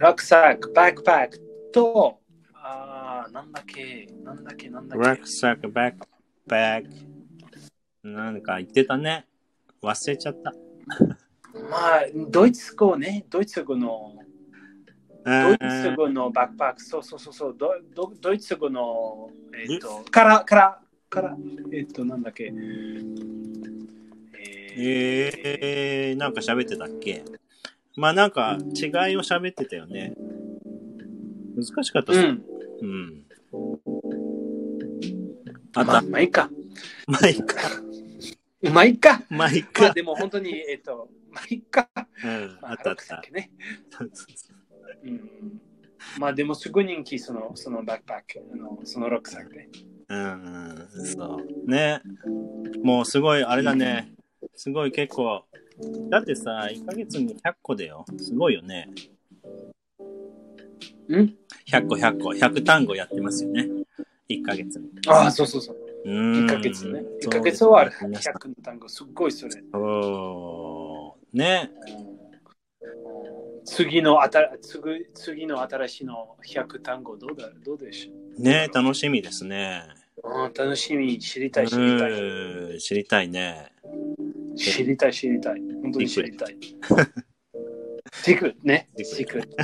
B: ラックサック、バックパックと、あーなんだっけ、なんだっけ、なんだっけ。
A: ラックサック、バックパック。なんか言ってたね。忘れちゃった。
B: まあ、ドイツ語ね、ドイツ語の、ドイツ語のバックパック、そうそうそうそう、ドドドイツ語の、えっ、と、から、から、から、えっ、と、なんだっけ。え
A: え
B: ー
A: ー、なんか喋ってたっけまあなんか違いを喋ってたよね。難しかったっ
B: う
A: す
B: ん、
A: うん。あ
B: まあ、
A: と、
B: まあいいか。
A: マイク。
B: まあ、い っか。
A: 毎
B: まあ、
A: 回。
B: でも本当に、えっと、まあ、いっか。
A: うん、
B: ま
A: あったあっ
B: だ
A: た
B: け。ね。
A: そうそうそう
B: うん。まあ、でもすごい人気、その、そのバックパック、あのそのロックサックで。
A: うん、うんそう。ね。もうすごい、あれだね。すごい結構。だってさ、1ヶ月に100個だよ。すごいよね。
B: ん
A: ?100 個、100個。100単語やってますよね。1ヶ月に。
B: ああ、そうそうそう。
A: 1
B: 1ヶ月ね。1ヶ月はある。100の単語、すっごいそれ。
A: そう。ね。
B: 次のあた次次の新しいの100単語どうだどうでしょ
A: ね、楽しみですね。
B: う、うん、楽しみ、知りたい、知りたい。
A: うん知りたいね。
B: 知りたい、知りたい。本当に知りたい。シクレットね。シクレット。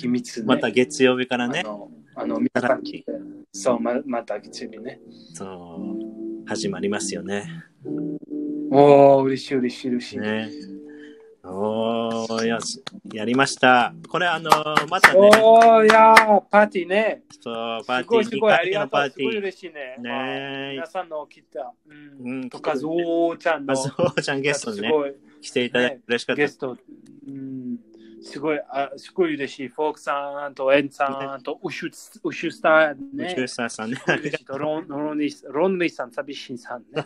B: 秘密、ね。
A: また月曜日から
B: あ
A: ね、
B: の、あの、皆さん聞いて。そう、ままた月曜日ね。
A: そう、始まりますよね。
B: おお、嬉しい、嬉しい、嬉しい。
A: ね。おー、よし、やりました。これ、あのまたね、
B: おお、いやー、パーティーね。
A: そう、パーテ
B: すご
A: ィ
B: い、
A: ー、
B: す
A: 2
B: ごい、あ
A: 回
B: り
A: 目
B: が
A: の
B: と
A: パ
B: う。
A: ー
B: す
A: テ
B: ごい
A: ィー。
B: 嬉しいね。
A: ね
B: 皆さんの来た。う。
A: うんん
B: とか、ゾウちゃん
A: ま
B: の。
A: ず、おーちゃんゲストに
B: す
A: ね、
B: ごい。
A: 来ていただいて嬉しかった
B: ゲ。スト、うん、すごい、あすごい嬉しい。フォークさんとエンさんとウシュウシュスター
A: 宇
B: ね。
A: 宙さんさんね、あり
B: 嬉
A: が
B: しいとロンロンリーロンリーさん、寂しいさんね。
A: とう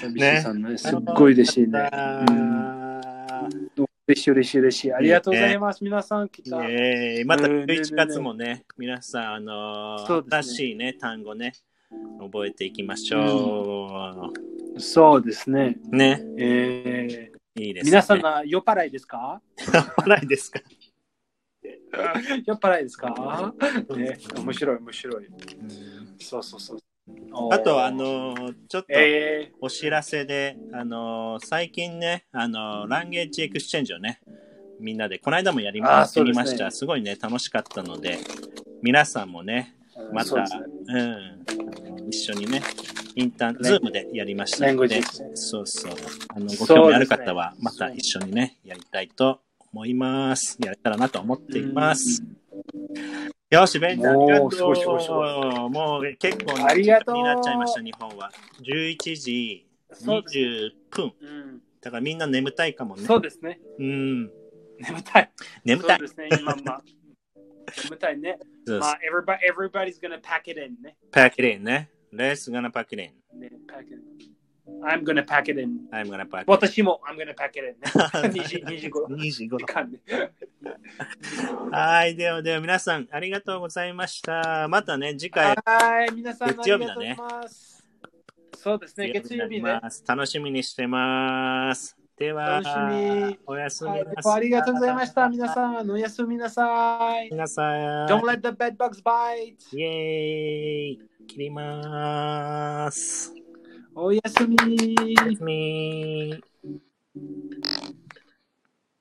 B: 寂しいさんね。すっごい嬉しいね。うん嬉しい嬉しい嬉しい。ありがとうございます。皆さん来た。
A: えー、また
B: うん
A: 11月もね、皆さん、あの
B: そう
A: ー
B: ですね
A: 新しいね、単語ね、覚えていきましょ
B: そうですね。
A: う。ね、
B: え
A: いいです、
B: ー、
A: ね。
B: 皆さんが酔っ払いですか
A: 笑いですか、
B: 酔っ払いですか、ね、面白い面白い。そうそうそう。
A: あと、あ、のーちょっと
B: え
A: お知らせで、あのー最近ね、あのーランゲージエクスチェンジをね、みんなで、この間もやり
B: あー
A: ま
B: そ
A: や
B: うで
A: り
B: すね
A: ました。すごいね、楽しかったので、皆さんもね、
B: ー、
A: また
B: そうですね
A: うん、一緒にね、インターン、
B: ね
A: ズームでやりました
B: 言
A: の
B: 語
A: で、
B: 実践
A: そうそう。あの
B: そうです
A: ご
B: ね
A: 興味ある方は、また一緒にね、やりたいと思います。やれたらなと思っています。よし、ベンちゃん、あ
B: もう
A: りがとう。
B: すごいすごいすご
A: もう結構
B: ありがとう
A: になっちゃいました、日本は。11時
B: そうです
A: 20分。
B: うん
A: だからみんな眠たいかもね。
B: そうですね。
A: うん。
B: 眠たい。
A: 眠たい
B: そう。ですね、今まあ。眠たいね。
A: そう
B: まあ、everybody, everybody's gonna pack it in ね。
A: パックリンね。Let's gonna pack it in.
B: ね pack it in. I'm gonna pack it in.
A: I'm gonna pack it
B: 私も I'm gonna pack it in ね。2時2時頃
A: in. 25
B: 時間ね。
A: はい。ではでは皆さん、ありがとうございました。またね、次回。
B: はい、皆さんありがとうございます。そうですね、月曜日ね。
A: 楽しみにしてます。では、
B: 楽しみ
A: おやすみ
B: はい、
A: なさい。
B: ありがとうございました。皆さん、おやすみなさい
A: お。やすみなさ
B: Don't let the bed bugs bite.
A: い。イェーイ。切ります。
B: Oh, おやすみ。
A: おやすみ。